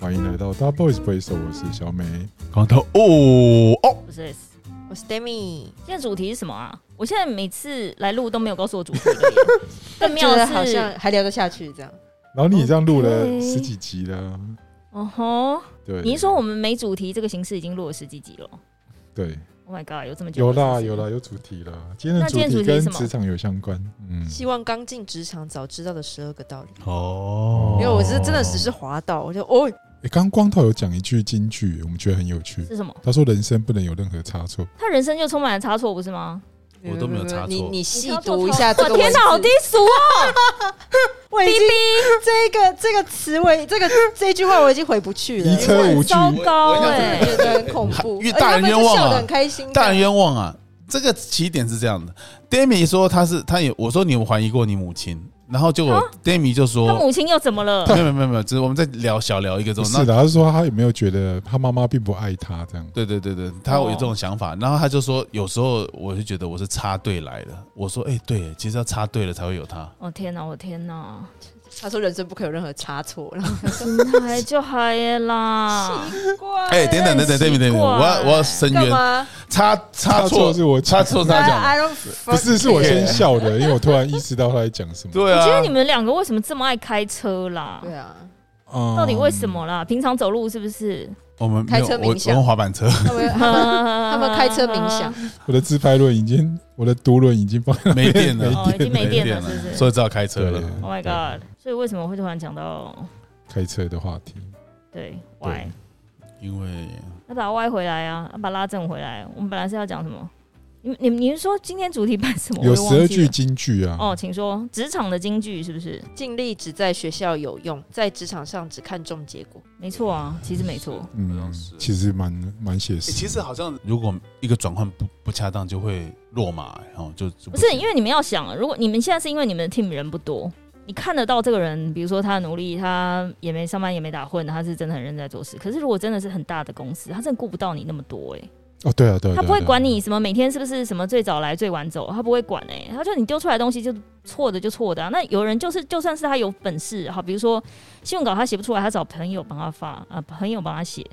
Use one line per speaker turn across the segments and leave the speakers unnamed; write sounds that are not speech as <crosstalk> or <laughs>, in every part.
欢迎来到 Double Boys p l a c e 我是小美。
刚到哦哦，
不是 S。
我是 Demi，
现在主题是什么啊？我现在每次来录都没有告诉我主题的
<laughs>
耶，更妙
觉
的
得
是，
好像还聊得下去这样。
然后你这样录了
OK
十几集了，
哦吼，
对，
你是说我们没主题这个形式已经录了十几集了
对，
？Oh my god，有这么久？
有啦有啦，，有主题啦。今天的
那今天
题
主题
跟
是什么
职场有相关，嗯，
希望刚进职场早知道的十二个道理，
哦，
因为我是真的只是滑到，我就哦，
诶刚光头有讲一句金句，我们觉得很有趣。
是什么？
他说：“人生不能有任何差错。
他人生就充满了差错，不是吗？
我都没有插错
你你细
你插错
读一下这
我
个，
天哪，好低，俗哦！
我已经这个这个词尾这个这一句话我已经回不去了，
一 <laughs> 车无惧，
糟糕
我
哎、
觉得很恐怖，
越大人冤枉啊
而且他们就笑得很开心，
大人冤枉啊！这个起点是这样的，Demi 说他是他也，我说你有怀疑过你母亲，然后结果
啊
Demi 就说
他母亲又怎么了？
没有没有没有没有，只是我们在聊小聊一个
不
钟，
是
那
的。”他是说他有没有觉得他妈妈并不爱他这样？
对对对对，他有这种想法，然后他就说，有时候我就觉得我是插队来的。我说，哎、对，其实要插队了才会有他。
哦天哪，我天哪，
他说人生不可有任何差错， <laughs> 然后
嗨就嗨耶啦！
哎、等等等等，Demi
很奇
Demi，
怪
我要我要申
干
冤，
嘛
插插错
是我
插错是他讲
啊
的，
？I don't
不
fuck
是，是我先笑的，因为我突然意识到他在讲
<laughs>
什么。
对
我
啊。
觉得你们两个为什么这么爱开车啦？
对啊，
嗯
到底为什？么啦？平常走路是不是？
我们没
开
有
车
我我
冥想
用滑板车，
他们他们他
他
们开车冥想，
我的自拍轮已经，我的独轮已经放在
没电了，
<laughs> 哦，已经没电了，是不是
所以只好开车
对
了。
？Oh my god！所以为什么会突然讲到
开车的话题。
对 Y？
因为
要把它歪回来啊，要把它拉正回来。我们本来是要讲什么？你们你们你是说今天主题办什么？
有
我又
十
忘
二
记
句
了。
金句啊。
哦，请说职场的金句是不是？
尽力只在学校有用，在职场上只看重结 <laughs> 果。
没错啊，其实没错。
嗯，其实蛮蛮写实的。
欸其实好像如果一个转换不不恰当，就会落马，然后就就
不是因
为
为你们要想，啊如果你们现在是因为你们的 team 人不多，你看得到这个人，比如说他的努力，他也没上班也没打混，他是真的很认真在做事。可是如果真的是很大的公司，他真的顾不到你那么多哎、
哦，对啊，对啊，
他
对啊
不会
对啊
管你什么每天是不是什么最早来最晚走，他不会管哎、他就你丢出来的东西就错的就错的啊、那有人就是就算是他有本事，好，比如说新闻稿他写不出来，他找朋友帮他发啊、朋友帮他写，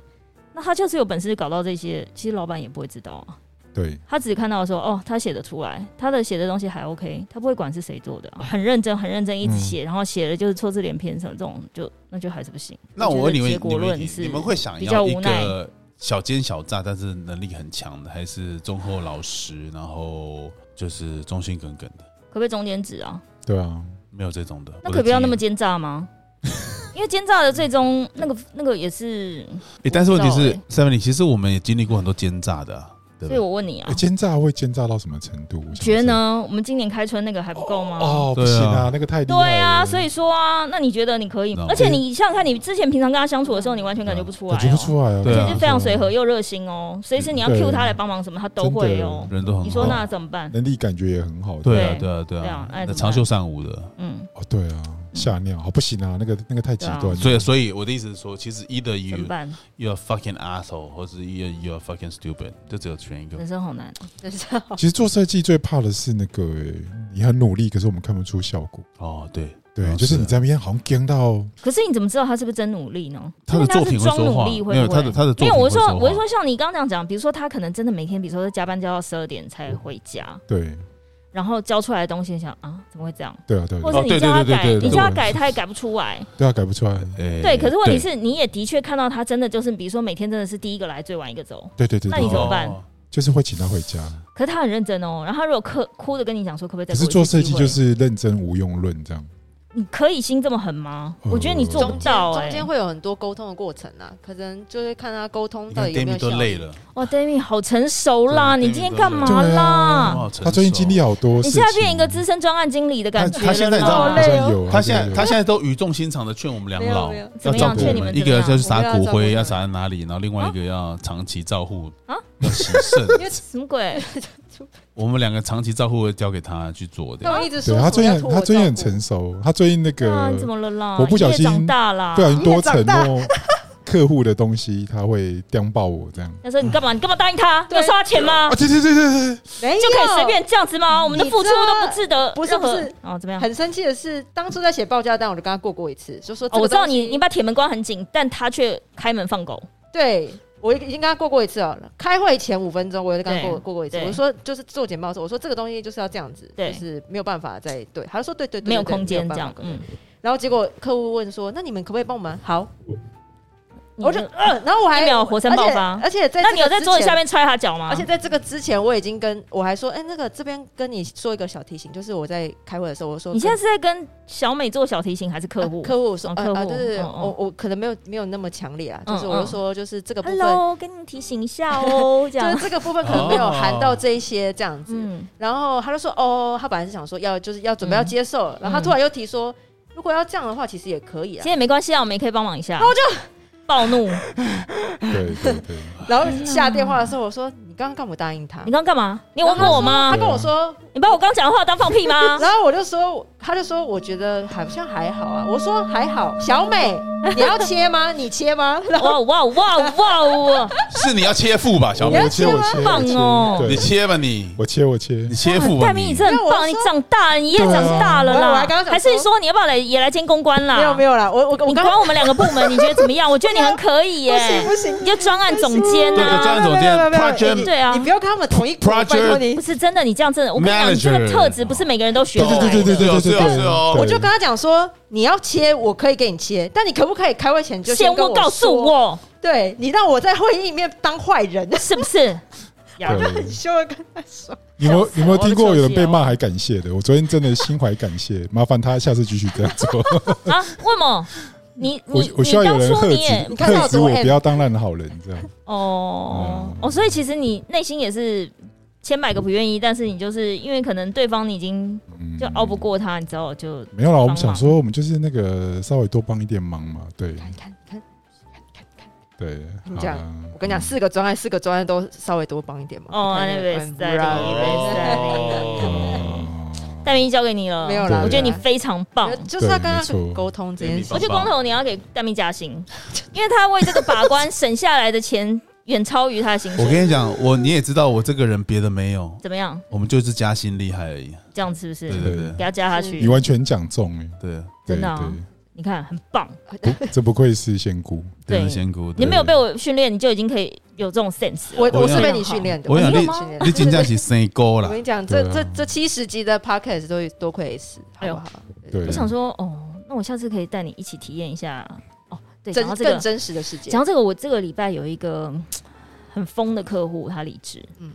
那他就是有本事搞到这些，其实老板也不会知道啊，
对，
他只看到说哦，他写的出来，他的写的东西还 OK，他不会管是谁做的
嗯
啊、很认真很认真一直写，然后写了就是错字连篇什么这种，就那就还是不行。
那我问你们，
结果
你们
论是
你们会想
比较
要
无
一
奈
个小奸小诈，但是能力很强的，还是忠厚老实，然后就是忠心耿耿的？
可不可以中间值啊？
对啊，
没有这种的。
那
我
可
的
不要那么
经
奸诈吗？ <laughs> 因为奸诈的最终那个那个也是，
验。欸但是问题
我不
是
知道
，Seventy，其实我们也经历过很多奸诈的啊，对
所以
不
我问你啊
诶，奸诈会奸诈到什么程度？我想
觉得
知道？
呢？我们今年开春那个还不够吗？
哦，不
对啊
行啊，那个太厉害了
对啊，所以说啊，那你觉得你可以吗？
No
而且你想想看，你之前平常跟他相处的时候，你完全感觉不出来、
感
哦，
觉不出来啊，
对
感
啊
就
觉
是
不出来
非常随和又热心哦。随时你要
对
Q 他来帮忙什么，他都会哦
对？。人都很好。
你说那怎么办？
能力感觉也很好。
对啊，
对
对啊，对
对啊
啊，
哎
那
怎么
长
办
袖善舞的。
嗯，
哦，对啊，吓尿，哦，不行啊，那个那个太极端了。
所以，所以我的意思是说，其实 either
嗯怎
you
么办？
you're fucking asshole，或者 you're you're fucking stupid，就只有选一个
人。生好难哦。
真是好
其实做设计最怕的是那个，诶你很努力，可是我们看不出效果。
哦，对，
对，
哦
就是你在那边好像跟到
可是你怎么知道他是不是真努力呢？
他的作品
说明他
会
是
说
装
话，
努力会
没有
不
他
会
的？他的作品
没有，我
会
是说，我是
话
说，像你刚刚这样讲，比如说他可能真的每天，比如说加班加到十二点才回家，
对
然后交出来的东西想啊，怎么会这样？
对啊对
或
啊
者你叫他
哦对对对
改，
对对对
你叫他改，他也改不出来。
对啊，改不出来。
哎
对，可是问题是，你也的确看到他真的就是，比如说每天真的是第一个来，最晚一个走。
对对对，
那
对
你怎么
对
办
哦
就是会请他回家，
可是他很认真哦，然后他如果哭哭着跟你讲说，可不可以再
可是
给我一次
做设计
机会
就是认真无用论这样。
你可以心这么狠吗？
嗯
我觉得你做不
中
到哎、
中间会有很多沟通的过程啊，可能就是看他沟通
你
到
看
底有没
Demi
有
都
效。
累了，
哇 d a m i 好成熟啦！
对
你
Demi
今天干嘛
对啊
啦？
哇
他最近经历，好多
你
事情，
现在变一个资深专案经理的感觉了
他他现在你知道吗
好
好
累
像
哦。
有啊，
他现在
对
他现在都语重心长的劝我们两
没有
老
没有
要
怎么
照
样
顾我
劝你们
一
怎么
个
样
要去撒骨
我们
灰，
要
要
照顾
撒在哪里，然后另外
啊
一个要长期照护
啊
要洗肾。
什么鬼？
我们两个长期照护会交给他去做
但
的。
我一直
对
说
他最
什
近
么要托
很
我
他最近很
照顾
成熟，他最近那
对啊，
个
你怎么了啦？
我不小
你也
心啊
长大啦
不。小心多
你
承
也长大
诺，客户的东西，他会刁爆我这样。
他说你
嗯
干嘛？你干嘛答应他？
对
有收他钱
啊，？
吗
对对对对对，
没有
就可以随便这样子吗？我们的付出都不值得任何，
不是不是
哦，怎么样？
很生气的是，当初在写报价单，我就跟他过过一次，就说这
哦，
个
我知道
东西
你你把铁门关很紧，但他却开门放狗。
对。我已经跟他过过一次了，开会前五分钟我就跟他过
对
过过一次，
对
我说就是做简报的时候，我说这个东西就是要这样子，
对
就是没有办法再对，他就说对对对，
没有
对对
空间这样，
没有办法
嗯，
然后结果客户问说，那你们可不可以帮我们？好，
你
我就呃，然后我还
一秒火山爆发
而且而且在
那你有
这个
在
之
桌子
前
下面踹他脚吗？
而且在这个之前，我已经跟我还说，哎、那个这边跟你说一个小提醒，就是我在开会的时候，我说
你现在是在跟小美做小提醒还是客户
啊？客户我说，
哦
呃
客户
啊，就是
嗯嗯
我我可能没有没有那么强烈啊，就是
嗯
我
嗯
就说，就是这个部分，
Hello，跟你们提醒一下
<laughs>
哦，这
就
样
是。这个部分可能没有
哦
含到这一些这样子。
嗯，
然后他就说，哦，他本来是想说要就是要准备要
嗯
接受，然后他
嗯
突然又提说，如果要这样的话，其实也可以
其
啊
实。也没关系啊，我们也可以帮忙一下。然后就暴怒，你
对对对，
然后下电话的时候，我说你刚刚干嘛答应他？
刚刚干嘛？你有问过我吗
他？跟我说，
你把我刚讲的话当放屁吗？
然后我就说，他就说，我觉得好像还好啊。我说还好，小美，
<laughs>
你要切吗？你切吗？然后
哇哇哇哇哇！
是你要切腹吧，小美？
我切我切
棒
我切
哦，
你
对，
切吧你，
我切我切
你，切
啊
腹吧
戴明，你
你
真的很
没有我
棒，你
说
长大了，你也长大了
对啊我还
啦
刚刚。想
还是
说
说你要不要来也来兼公关啦？
没有没有啦，我我我
你
刚
管我们两个部门，你觉得怎么样？我觉得你很可以
不
耶，
行不行，
你就专案总监
对，专
呐。
案总监
没有没有没有
对
project
啊
你，不要跟他们同一国
Project
拜托
不
你。
是真的，你这样真的，我跟你讲，你这个
Manager
特质不是每个人都学
对
得来的。
对对对对对
是
对
哦
对，
是哦
对
我就跟他讲说，你要切，我可以给你切，但你可不可以开会前就
先
跟
我告诉
说，
我，
对你让我在会议里面当坏人， <laughs>
是不是？
然后就很凶的跟他说，
你有没有你有没有听过有人被
我
骂还感谢的？我昨天真的心怀感谢，麻烦他下次继续这样做。
啊，为什么？你
我
你
我需要
你
有
当
人
初
喝
你也
止
你看到
喝止
我
我
哎
多 M
不要当烂好人这样。
哦
嗯
哦，所以其实你内心也是千百个不愿意，但是你就是因为可能对方你已经
嗯
就哦熬不过他，你知道就
没有啦，我们
帮忙
想说我们就是那个稍微多帮一点忙嘛，对
看看看看看，
对。
你这样
好啦
我跟你讲，，四个专案，四个专案都稍微多帮一点嘛。
哦
你看
那边
嗯
在
不然
那边
哦
哦
戴明交给你了。
没有
对
啦，
我觉得你
对啊
非常棒。
就是要跟
对
他
没错
沟通这件事
我
对
觉得光头你要给戴明加薪，因为他为这个把关省下来的钱远超于他的薪
我
水。
跟你讲，我你也知道我这个人别的没有，
怎么样？
我们就是加薪厉害而已。
这样是不是
对？对对
给他加下去
你，完全讲中哎，
对，
对
真的啊你看很棒。
对，不这不愧是仙
<laughs>
姑，
对
对，仙姑，
你
对
没有被我训练，你就已经可以有这种 sense 了。
我
我
我是
想
被你训练的，
我想
是被
你
训练的
你真
<laughs>
正是生高
我
啦
跟。你讲，这
对啊
这这七十集的 podcast 都多亏 S，好
哎
不好？
对
我想说，哦，那我下次可以带你一起体验一下。哦，对，讲
真
到这个
更，真实的世界
讲。到这个，我这个礼拜有一个嗯很疯的客户，他离职。
嗯，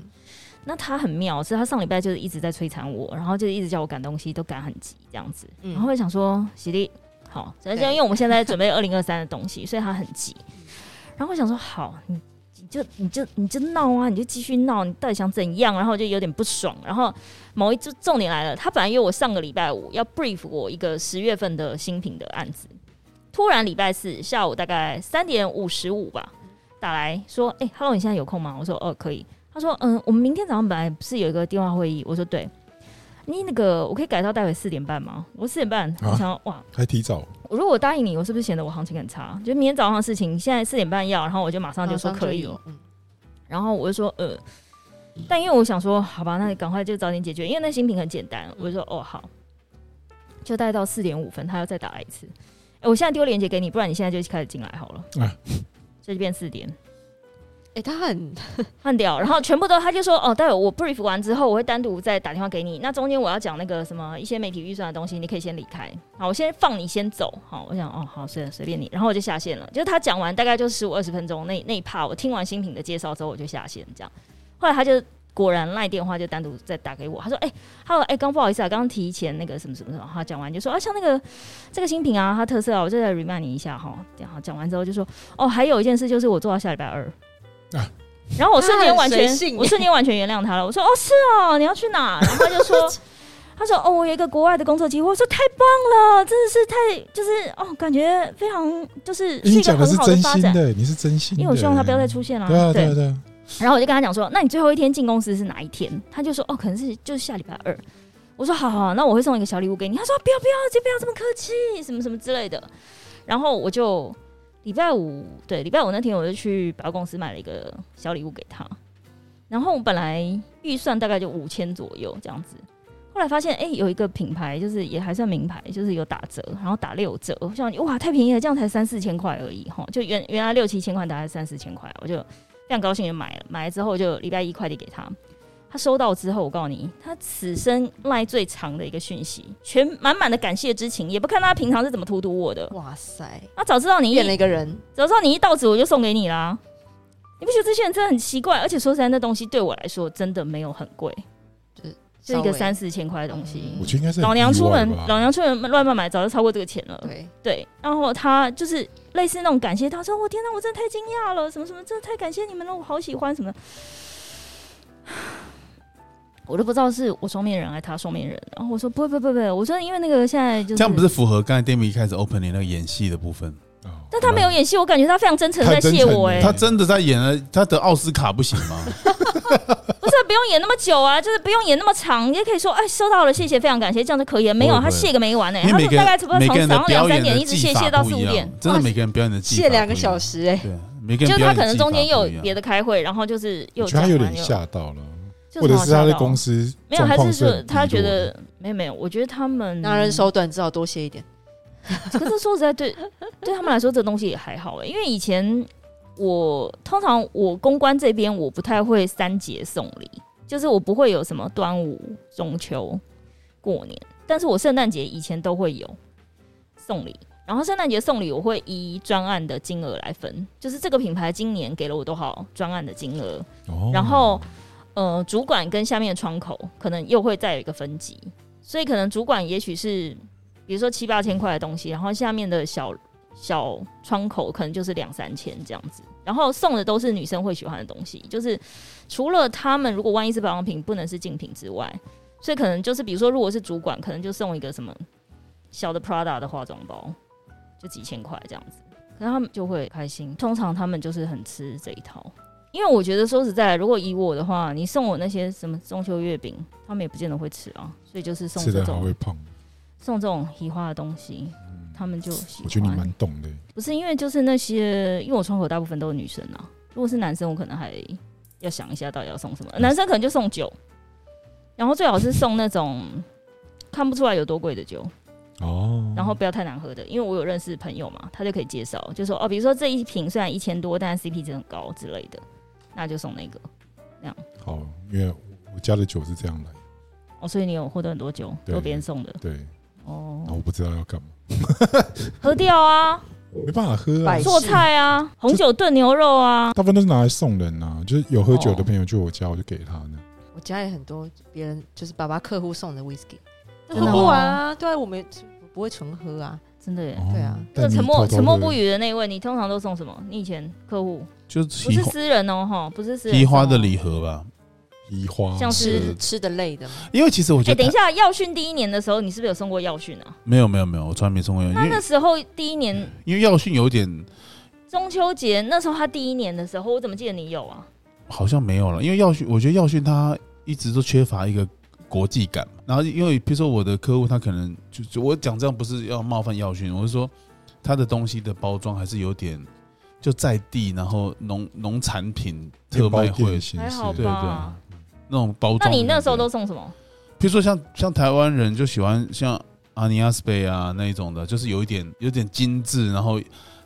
那他很妙，是他上礼拜就是一直在摧残我，然后就一直叫我赶东西，都赶很急这样子。
嗯
然后我想说，喜力，好，但是
对
因为我们现在准备二零二三的东西，所以他很急。然后我想说，好，你你就你就你就闹啊，你就继续闹，你到底想怎样？然后我就有点不爽。然后某一就重点来了，他本来约我上个礼拜五要 brief 我一个十月份的新品的案子，突然礼拜四下午大概三点五十五吧，打来说：“哎、h e l l o 你现在有空吗？”我说：“哦，可以。”他说：“嗯，我们明天早上本来不是有一个电话会议？”我说：“对。”你那个我可以改到待会四点半吗？我四点半，
啊
我想要哇，
还提早，
我如果答应你，我是不是显得我行情很差？就明天早上的事情，现在四点半要，然后我就马上就说可以，
有，嗯
然后我就说呃，但因为我想说，好吧，那你赶快就早点解决，因为那新品很简单，我就说哦好，就待到四点五分，他要再打来一次。哎、我现在丢链接给你，不然你现在就开始进来好了，
啊
所以就变四点。
哎，他很
换掉，然后全部都他就说哦，待会我 brief 完之后，我会单独再打电话给你。那中间我要讲那个什么一些媒体预算的东西，你可以先离开。好，我先放你先走。好，我想哦，好，随随便你。然后我就下线了。就是他讲完大概就十五二十分钟那那一趴，我听完新品的介绍之后我就下线这样。后来他就果然赖电话就单独再打给我，他说哎、h e l l o 哎、刚不好意思啊，刚刚提前那个什么什么什么。他讲完就说啊，像那个这个新品啊，它特色啊，我就再 remind 你一下哈。然后讲完之后就说哦，还有一件事就是我做到下礼拜二。
啊
然后我瞬间完
<laughs>
全
他很随，性
我瞬间完全原谅他了。我说哦，是哦，你要去哪？然后他
<laughs>
就说，他说哦，我有一个国外的工作机会。我说太棒了，真的是太就是哦，感觉非常就是是
你
一个
讲的
很
是
好的
真
发
心
展。
的，你是真心的，
因为我希望他不要再出现了、
对啊对啊对啊，
然后我就跟他讲说，那你最后一天进公司是哪一天？他就说哦，可能是就是下礼拜二。我说好好，好那我会送一个小礼物给你。他说不要不要，就不要这么客气，什么什么之类的。然后我就礼拜五对礼拜五那天，我就去百货公司买了一个小礼物给他。然后我本来预算大概就五千左右这样子，后来发现哎、诶有一个品牌就是也还算名牌，就是有打折，然后打六折，我想哇太便宜了，这样才三四千块而已哈，就原原来六七千块，大概三四千块，我就非常高兴就买了。买了之后就礼拜一快递给他，他收到之后，我告诉你，他此生赖最长的一个讯息，全满满的感谢之情，也不看他平常是怎么荼毒我的。
哇塞，
那、啊早知道你一
变了一个人，
早知道你一到职，我就送给你啦。你不觉得这些人真的很奇怪？而且说实在，那东西对我来说真的没有很贵，就一个三
稍嗯
四千块的东西。
我觉得应该是很
老娘
意
出
外
门，
吧
老娘出门乱乱买，早就超过这个钱了
微。对，
对，然后他就是类似那种感谢他，说我天哪，我真的太惊讶了，什么什么，真的太感谢你们了，我好喜欢什么的。我都不知道是我双面人还是他双面人，然后我说不会不会不会，我说因为那个现在就是
这样不是符合刚才 Demi 一开始 opening 那个演戏的部分？
哦
但他没有演戏，我感觉他非常真诚地在
太真
谢
诚
我
了
哎、
他真的在演了，他得奥斯卡不行吗？
不是不用演那么久啊，就是不用演那么长，也可以说哎收到了，谢谢，非常感谢，这样就可以了。没有
不会
他谢个没完呢、
因为
他
每
说
个
大概
人
差不多
每个
从
人的
早上两
表
三
演
点
的
一直
技
谢
法
谢到
不
四
一
五点
样，，真的每个人表演的技法
谢两个
不一样
小，时哎，
对，每个
就
人
是
表
他
演
可能
技法
中间又
不一
有
样
别的开会，然后就是又
我觉得他有点
讲完又
吓到了，
就
或者是他
好
在
笑哦
公司
没有，
状
还
况
是说
很
他
低
觉
落
得没有没有，我觉得他们
拿人手短，至少多谢一点。
<laughs> 可是说实在对，对他们来说这东西也还好哎、因为以前我通常我公关这边我不太会三节送礼，就是我不会有什么端午、中秋、过年，但是我圣诞节以前都会有送礼。然后圣诞节送礼，我会依专案的金额来分，就是这个品牌今年给了我多少专案的金额，
哦
然后呃，主管跟下面的窗口可能又会再有一个分级，所以可能主管也许是比如说七八千块的东西，然后下面的小小窗口可能就是两三千这样子，然后送的都是女生会喜欢的东西，就是除了他们如果万一是保养品不能是竞品之外，所以可能就是比如说如果是主管，可能就送一个什么小的 Prada 的化妆包，就几千块这样子。可是他们就会开心，通常他们就是很吃这一套。因为我觉得说实在，如果以我的话，你送我那些什么中秋月饼，他们也不见得会吃啊，所以就是送
吃
这
的还
种
会胖，
送这种喜欢的东西，他们就喜欢。
我觉得你蛮懂的。
不是因为就是那些，因为我窗口大部分都是女生啊，如果是男生，我可能还要想一下到底要送什么。
嗯
男生可能就送酒，然后最好是送那种看不出来有多贵的酒，
哦，
然后不要太难喝的，因为我有认识朋友嘛，他就可以介绍，就说哦，比如说这一瓶虽然一千多，但是 CP 值很高之类的，那就送那个。
好，哦因为我家的酒是这样来，
哦，所以你有获得很多酒，
对
都别人送的
对，
哦
然后，我不知道要干嘛，
喝掉啊，
没办法喝啊
摆，
做菜啊，红酒炖牛肉啊，
大部分都是拿来送人啊，就是有喝酒的朋友去我家，我就给他的。
我家也很多别人就是爸爸客户送的 whisky，
真
喝
的
不
哦
完啊，对啊，我们不会纯喝啊，
真的耶。
哦
对啊
那个
但你
沉默
偷偷
沉默
喝
不语的那一位，你通常都送什么？你以前客户
就
不
提
是私人哦，哈，不是私人。
提花的，礼盒吧。
移花
像是
吃吃的累的嘛，
因为其实我
哎、
觉得
等
台，
一下，耀训第一年的时候，你是不是有送过耀训啊？
没有没有没有，我从来没送过药，因
他那
为
时候第一年
因为药训有点
中秋节，那时候他第一年的时候，我怎么记得你有啊？
好像没有了，因为药训，我觉得药训它一直都缺乏一个国际感。然后因为比如说我的客户，他可能就就我讲这样不是要冒犯药训，我是说他的东西的包装还是有点就在地，然后农农产品特
面包
卖会
店形
还好
式，
对
吧？
那种包装的
那
感觉。
你那时候都送什么？
比如说像像台湾人就喜欢像阿尼亚斯贝啊那一种的，就是有一点有点精致，然后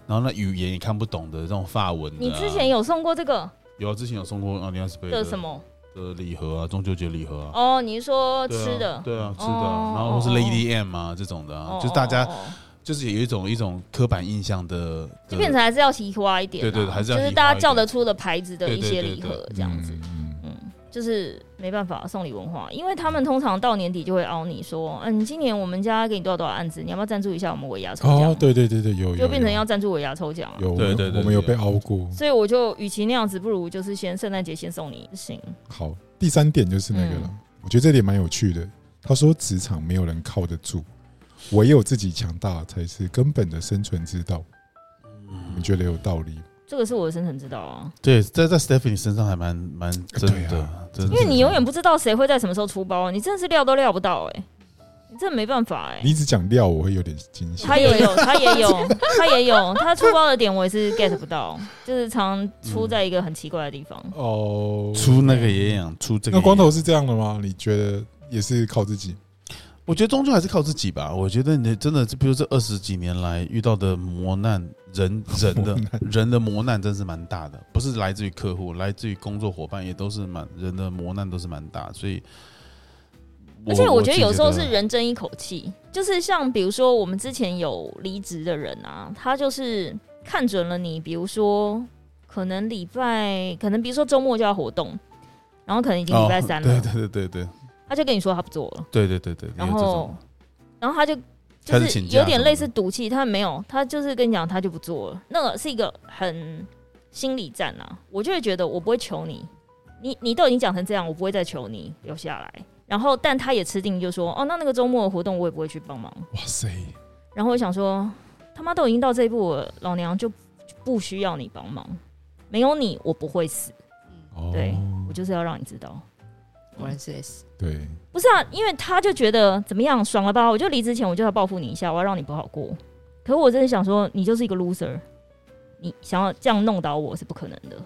然后那语言也看不懂的这种法文的、
你
啊。
之前有送过这个
有啊，之前有送过阿尼亚斯贝
的什么？
的礼盒啊，中秋节礼盒啊，
哦，你是说
对啊
吃的？
对啊，吃的啊，
哦
然后或是
哦哦
Lady M 啊这种的
哦
啊，就是大家
哦哦哦
就是有一种一种刻板印象的，的
就变成还是要提花一点啊，
对对对还是要
就是
提花一点
大家叫得出的牌子的一
对对
些
对
礼盒
对
这样子。
嗯。嗯
嗯，就是没办法送礼文化，因为他们通常到年底就会凹你说，嗯、你今年我们家给你多少多少案子，你要不要赞助一下我们尾牙抽奖？
哦，对对对对，有有
就变成
有
要赞助尾牙抽奖啊。
有，
对
我们
对对
我们有
对
被凹过。
所以我就与其那样子，不如就是先圣诞节先送你行。
好，第三点就是那
嗯
个了，我觉得这点蛮有趣的。他说，职场没有人靠得住，唯有自己强大才是根本的生存之道。
嗯
你们觉得有道理？
这个是我的生存之道啊，
对，在在 Stephanie 身上还蛮蛮真
对
的
啊，
真的
因为你永远不知道谁会在什么时候出包、啊，你真的是料都料不到哎、这没办法哎、
你只讲料，我会有点惊喜。
他也有，他也有，他也有，他出包的点我也是 get 不到，就是常出在一个很奇怪的地方。
哦，
出那个也想出这个。
那光，头是这样的吗？你觉得也是靠自己？
我觉得终究还是靠自己吧。我觉得你真的，比如这二十几年来遇到的磨难，人人的人的磨难真是蛮大的，不是来自于客户，来自于工作伙伴也都是蛮人的磨难都是蛮大，所以我。
而且我
我
觉
自
得
己
有时候是人争一口气，就是像比如说我们之前有离职的人啊，他就是看准了你，比如说可能礼拜，可能比如说周末就要活动，然后可能已经礼拜三了，
哦对对对对对
他就跟你说他不做了，
对对对对，
然
也有这种
后然后他就就
开始
是
请假
有点
什么
类似
的
赌气，他没有，他就是跟你讲他就不做了，那个是一个很心理战啊。我就会觉得我不会求你，你你都已经讲成这样，我不会再求你留下来。然后，但他也吃定，就说哦，那那个周末的活动我也不会去帮忙。
哇塞，
然后我想说，他妈都已经到这一步了，老娘就不需要你帮忙，没有你我不会死，
哦，
对我就是要让你知道。
果然是 S，
对，
不是啊，因为他就觉得怎么样爽了吧？我就离职前我就要报复你一下，我要让你不好过。可我真的想说，你就是一个 loser，你想要这样弄倒我是不可能的。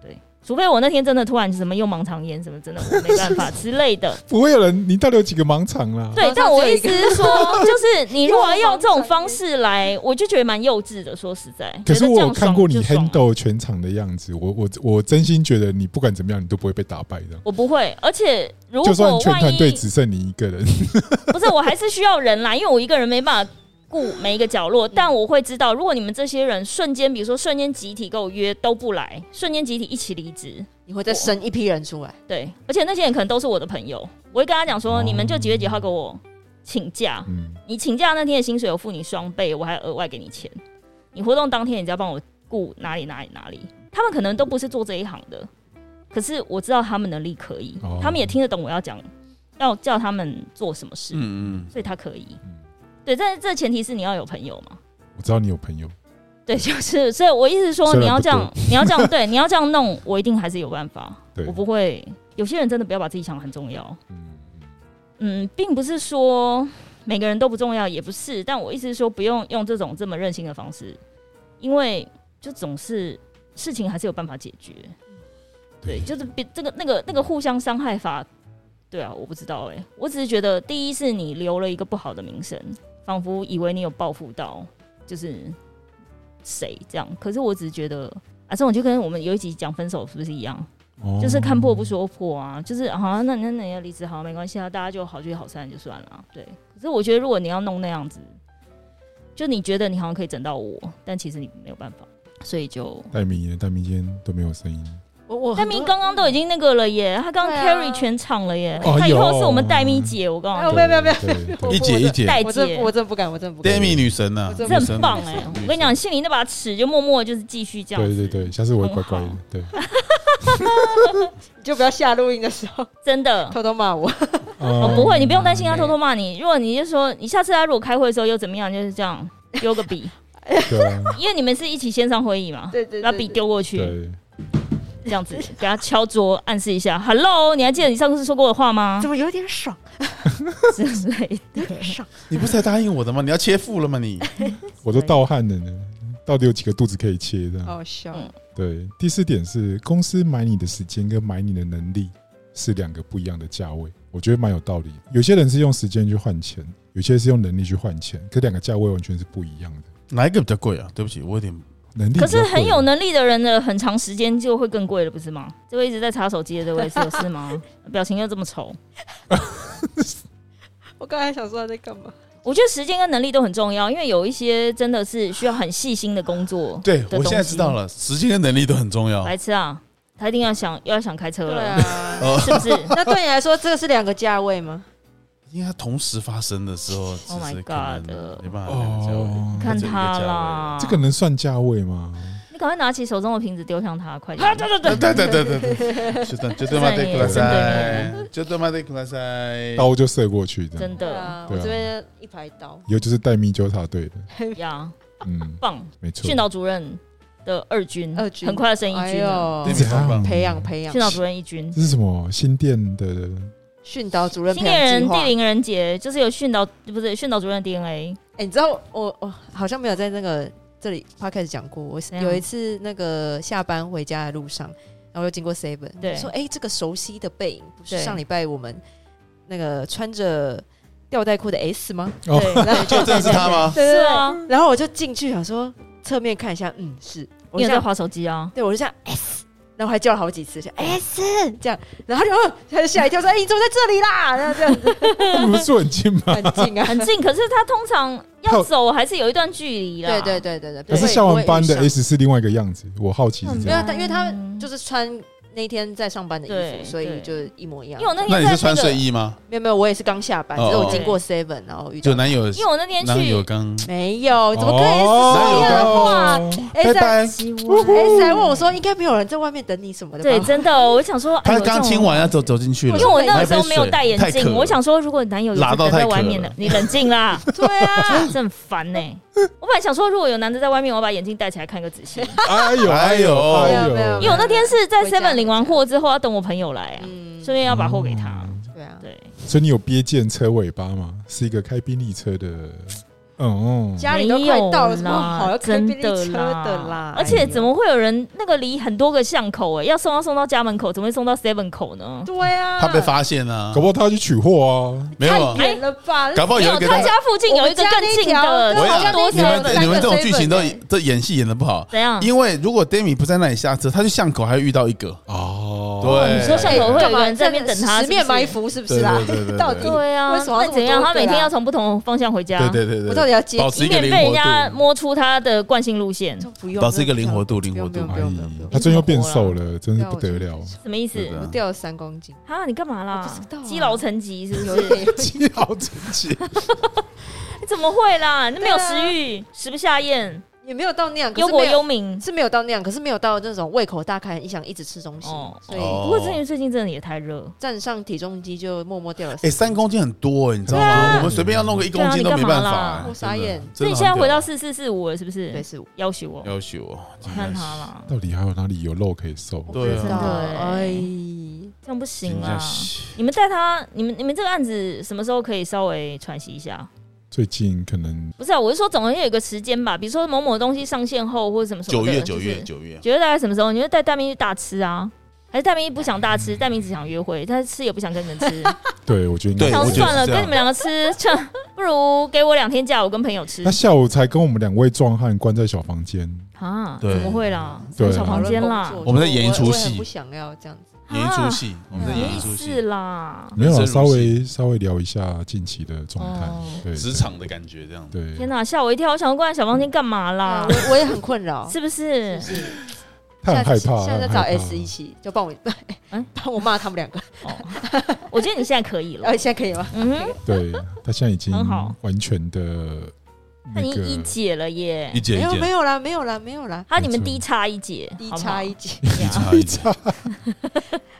对，除非我那天真的突然什么又盲肠炎什么，真的我没办法之类的。
<laughs>
不会有人，你到底有几个盲场啦？
对，
盲肠
但我
只有
意
一
思
个
是
<laughs>
说，就是你如果要用这种
又盲肠
方式来，我就觉得蛮幼稚的。说实在，
可是
觉得这
我
样
有看
爽
过你
就爽了
handle 全场的样子，我我我真心觉得你不管怎么样，你都不会被打败的。
我不会，而且如
就算
果
全
万
团
一
队只剩你一个人，
<laughs> 不是，我还是需要人啦，因为我一个人没办法顾每一个角
嗯
落。但我会知道，如果你们这些人瞬间，比如说瞬间集体跟我约都不来，瞬间集体一起离职，
你会再生一批人出来，
对，而且那些人可能都是我的朋友，我会跟他讲说，
哦
你们就几月几号给我请假，
嗯，
你请假那天的薪水我付你双倍，我还额外给你钱。你活动当天，你只要帮我顾哪里哪里哪里。他们可能都不是做这一行的，可是我知道他们能力可以，
哦
他们也听得懂我要讲，要叫他们做什么事。
嗯嗯，
所以他可以。
嗯
对，但是这前提是你要有朋友嘛。
我知道你有朋友，
对， <laughs> 就是，所以我意思是说，
虽然
你要
不
这样，你要这样，对，你要这样弄，我一定还是有办法。
对
我，不会，有些人真的不要把自己想得很重要。
嗯，
嗯，并不是说每个人都不重要，也不是。但我意思是说，不用用这种这么任性的方式，因为就总是事情还是有办法解决。对，就是别这个那个那个互相伤害法，对啊，我不知道哎、我只是觉得，第一是你留了一个不好的名声，仿佛以为你有报复到就是谁这样，可是我只是觉得啊，这种就跟我们有一集讲分手是不是一样，
哦
就是看破不说破啊，就是好、啊，那那那要离职好没关系啊，大家就好聚好散就算了啊、对，可是我觉得如果你要弄那样子，就你觉得你好像可以整到我，但其实你没有办法，所以就
戴明呢？戴明今天都没有声音，
我我
戴
哦很
咪
多
刚刚都已经那个了耶，他刚刚
对啊
carry 全场了耶，
哦
他以
有
后是我们戴咪姐，我告
哎
诉
哦
你，
没有没有没有
对对
我
一姐一姐
戴
我真
姐，
我真不敢，我真不敢。
，Demi 女神呐，
我
这
真
女神
很棒哎
女神，
我跟你讲，心里那把尺就默默就是继续这样
对
子，
对对，下次我会乖乖的，对
你就不要下录音的时 <laughs> 候
真的。
偷偷骂我。
哦，
嗯
哦
不会，你不用担心他偷偷骂你。如果你就说你下次他如果开会的时候又怎么样，就是这
<laughs>
样丢个笔，
对啊
因为你们是一起线上会议嘛，
<laughs> 对对对
把笔丢过去，
对，
这样子给他敲桌暗示一下，Hello，你还记得你上次说过的话
<laughs>
吗
怎？么有点爽？
之类的。
爽，
你不是才答应我的吗？你要切腹了吗？你
我都盗汗了呢，到底有几个肚子可以切这样？
<laughs> 好笑。
嗯
对，第四点是公司买你的时间跟买你的能力是两个不一样的价位，我觉得蛮有道理。有些人是用时间去换钱，有些是用能力去换钱，可两个价位完全是不一样的。
哪一个比较贵啊？对不起，我有点
能力比
可
较
是很有
贵
能力的人的很长时间就会更贵了，不是吗？这位一直在查手机的这位是
<laughs>
有事吗？表情又这么丑，
我刚才想说他在干嘛？
我觉得时间跟能力都很重要，因为有一些真的是需要很细心的工作。
对
的
我现在
东西
知道了，时间跟能力都很重要。
白痴啊，他一定要想要想开车
对
了，
啊。
哦
是不是？
<laughs>
那对你来说，这个是两个价位吗？
因为它同时发生的时候，其
Oh my
实可能
God
没办法两个价位
哦，
看
只有一个
他
价位
啦，
这个能算价位吗？
你赶快拿起手中的瓶子丢向他，
<laughs>
快点！
啊
对对对对对对对，就这样，就这么对ください，就这么对ください。
刀就射过去这样
真。的
啊，
对
我
啊
这边一排刀。
以后就是带密纠察队的，
啊
呀，
嗯，
棒！
没错
训。导主任的二军，
二军
很快要升一
<laughs>
哎
军了。
呦
对，这
样
培养培养
训，导主任一军，
这是什么新店的
训导主任
新
培养
店
计
人
划
地灵人杰，就是有训导不是训导主任的 DNA，
哎、你知道我我好像没有在那个这里 podcast 讲过。我
样
有一次那个下班回家的路上，然后就经过 Seven，
对
说哎、这个熟悉的背影不是
对
上礼拜我们那个穿着吊带裤的 S
<laughs>
吗？ <laughs>
哦
对，就
真的是他？吗？
对对是啊，
然后我就进去想说侧面看一下，嗯，是。我
你有
就这
在
样，
划手机啊？
对我就这样 S，然后还叫了好几次，像 S 这样，然后他就呃他就吓一跳说：“哎、你怎么在这里啦？”然后这
<laughs>
样子
你不是很近吗？
很近啊，
很近，可是他通常要走还是有一段距离啦。
对对对对对。
可
对
是下完班的
不会遇
S
上
是另外一个样子，我好奇是这
没有
样。
他，因为他
嗯
就是穿那天在上班的衣
对
服，所以
对
就一模一样。
因为我那天
那你
在
是穿
个
睡，衣吗？
没有没有，我也是刚下班，
哦
只是我经过 Seven，然后遇到
就。男友，
因为我那天
男友
去
刚
没有，怎么可以
哪有刚
是
哇
谁
哦拜
呀？S
拜。
希望
S 还问哎啊我说，应该没有人在外面等你什么的吧？
对，真的哦，我想说，哎
他
呦
刚亲，完要走走进去
这
了，
种因为我那个时
买
候
杯水
没有戴眼
太渴
镜，
了
我想说，如果男友有
辣
人
到太
在
渴
外面
了
的，你冷静啦，
<laughs> 对啊，
真的很烦呢。我本来想说，如果有男的在外面，我把眼镜戴起来看个仔细，
哎呦
哎
哎
呦
呦
没有没
哎
有
因为
呦！
我那天是在
回家
Seven 领完货之后，要等我朋友来啊，
嗯，
顺便要把货给他。
嗯
对啊。
对，
所以你有瞥见车尾巴吗？是一个开宾利车的，嗯，嗯
家里都快到了，什么好要开
真
便利
的
车
啦
的啦？
而且怎么会有人那个离很多个巷口哎、要送要送到家门口，怎么会送到 Seven 口呢？
对啊，
他被发现啊
搞，不好他要去取货啊。
没有啊
太，远了吧？
搞不好有一个
他家附近有一个更近的，
我
我们
差
家
不
那
多
一条
你
对
是
啊我
们你们这种
三个
剧情都
seven
这演戏演的不好，
怎样？
因为如果 Demi 不在那里下车，他去巷口还会遇到一个，
哦
对
你说
哎
巷口会有人在那边等他，
十面埋。伏是不是啊
对对对对？对
到底
对啊，
为什么要
那
这么
怎样？
多
他
个
每天
啊
要从不同方向回家，
对对对对，
我到底要接
保持
以
一个
免
灵
被人家
活度，
摸出他的惯性路线，
就啊不用
保持一个
不用
灵活度
不用
灵活度
不用不用不用不用
哎他最近又变瘦了，真是不得
不要
了
我就。是
什么意思
对？啊
掉了三公
<laughs>
斤，
啊，你干嘛
我
啦
不知道啊？
积劳成疾是不
有一
是？
点
肌劳成疾，
你 <laughs> 怎么会啦？你没有
对啊
食欲，食不下咽，
也没有到那样，可
忧
是没
国
有
忧民。
是没有到那样，可是没有到那种胃口大开，你想一直吃东西
哦，
所
哦
以
不过最近最近真的也太热，
站上体重机就默默掉了。
<laughs> 哎，三公斤很多哎，你知道
对
吗？
啊
我们随便要弄个一公斤都没办
对
法
啊你干嘛啦
哎，
我傻眼
所
真的真的很
以
啊
现在回到
屌
四四四五了，是不是？
对，是我
要求我，
要求哦，
看他啦，
到底还有哪里有肉可以瘦？
对
真
啊，
的
哎，
这样不
真
行啦
的。是
你们带他，你们你们这个案子什么时候可以稍微喘息一下？
最近可能
不是啊，我是说总会有一个时间吧，比如说某某东西上线后或者什么什么
九
的
月九月，嗯
就是啊
九月，
九月大概什么时候？你会带大明去大吃啊？还是大明不想大吃，大明只想约会，他吃也不想跟你们吃，
对我觉得应该
<laughs> 对
想
我
说
觉得
算了，
是这样
跟你们两个吃，这样不如给我两天假，我跟朋友吃
那下午才跟我们两位壮汉关在小房间，
啊？
对
怎么会啦？
对啊
小房间啦，
我们在演一出戏
我也很不想要这样子，
演一出戏，我们
什
在
么
演一
意
出
思
戏，
哎啦？
没有啊
人生
稍
如
微稍微聊一下近期的状态
哦，
对
职场的感觉这样。
对。
天哪，吓我一跳！我想说关在小房间干嘛啦
啊？我我也很困扰。
是不是？
是
他很害怕，
现在
很害
找
怕
S 一起，就帮我，
嗯
帮我骂他们两
<laughs>
个。
我觉得你现在可以了
呃，。现在可以吗？
嗯哼，
对他现在已经
很好
完全的
他
那
已经
个
一姐了耶
一，姐
没
一
有没
姐，
有啦，没有啦，没有啦，
他你们
没错
低差一姐，
一
好不好
差一级。
差一姐，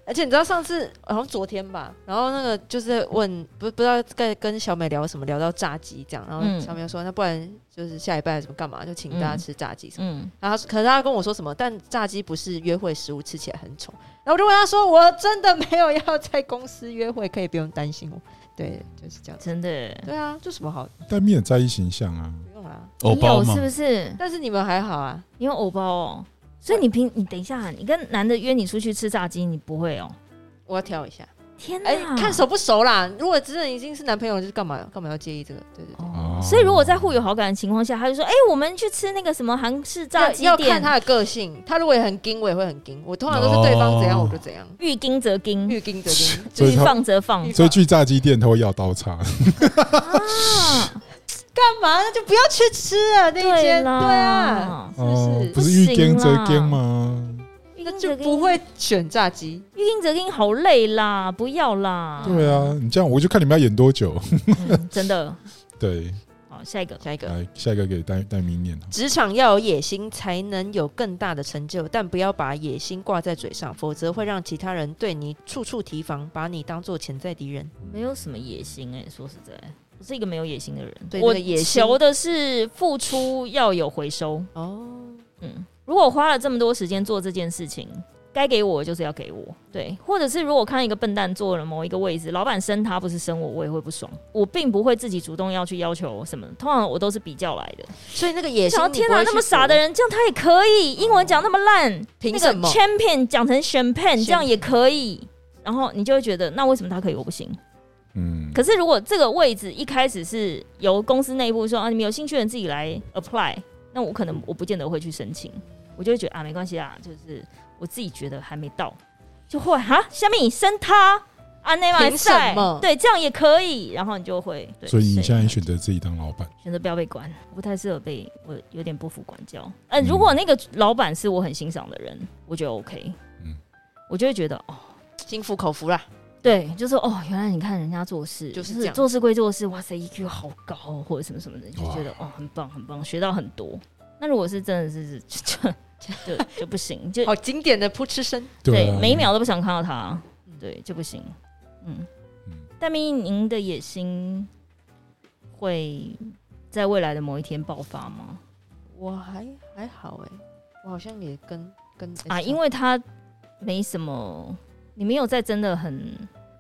而且你知道上次好像昨天吧，然后那个就是问不不知道在跟小美聊什么，聊到炸鸡这样，然后
嗯
小美就说、那不然就是下礼拜怎么干嘛，就请大家
嗯
吃炸鸡什么。
嗯，
然后她可是她跟我说什么，但炸鸡不是约会食物，吃起来很丑。然后我就问她说，我真的没有要在公司约会，可以不用担心我。对，就是这样子。
真的。
对啊，这什么好
但面在意形象啊，
不用啦。
偶
你
哦包
有
吗
是？不是？
但是你们还好啊，
你有偶包哦，所以你平你等一下，你跟男的约你出去吃炸鸡，你不会哦？
我要挑一下。
天哪，
哎、看熟不熟啦。如果真的已经是男朋友，就是干嘛干嘛要介意这个？对对对。
哦
哦。
所以如果在互有好感的情况下，他就说：“哎，我们去吃那个什么韩式炸
要
鸡
要看
店，
他的个性，他如果也很硬，我也会很硬。我通常都是对方怎样
哦
我就怎样，
欲盯则盯，
欲硬则硬。
所以
欲
他
放则放。
欲”
所以去炸鸡店他会要刀叉，
啊，
干嘛？那就不要去吃了那一
对
间，
啦，
对啊，
哦
是，
不
不
是遇
行
奸
啦
则奸吗？
欲
那
盯
就
则
不
盯，
会选炸鸡。
欲盯则盯，好累啦，不要啦。
对啊，你这样我就看你们要演多久。
嗯，真的。
对，
好，下一个。
下一个，
来下一个给戴戴明念好
职场要有野心，才能有更大的成就，但不要把野心挂在嘴上，否则会让其他人对你处处提防，把你当做潜在敌人。
没有什么野心哎、说实在，我是一个没有野心的人。
对
我
那个野心
求的是付出要有回收。
哦，
嗯，如果我花了这么多时间做这件事情，该给我就是要给我，对，或者是如果看到一个笨蛋坐了某一个位置，老板升他不是升我，我也会不爽。我并不会自己主动要去要求什么，通常我都是比较来的。
所以那个野心
想，，天哪，那么傻的
人，
人，这样他也可以？英文讲那么烂，
凭
那
什
个
么？
champion 讲成 champagne，
Champagne
这样也可以？然后你就会觉得，那为什么他可以我不行？
嗯，
可是如果这个位置一开始是由公司内部说啊，你们有兴趣的人自己来 apply，那我可能我不见得会去申请，我就会觉得啊，没关系啊，就是我自己觉得还没到，就会哈，下面你升他啊，内马
凭
赛
什么，
对，这样也可以，然后你就会，对
所以你
所
现在选择自己当老板，
选择不要被管，我不太适合被我有点不服管教。呃，如果那个老板是我很欣赏的人，我觉得 OK，
嗯
我就会觉得哦。
心服口服啦。
对，就是哦，原来你看人家做事
就是这样
做事归做事，哇塞，EQ 好高哦、或者什么什么的，就
哇
觉得哦，很棒很棒，学到很多。那如果是真的是就就就不行，就
好经典的噗嗤声，
对
啊，
每一秒都不想看到他，对就不行。嗯，
嗯
但明您的野心会在未来的某一天爆发吗？
我还还好哎、我好像也跟跟
啊，因为他没什么，你没有在真的很，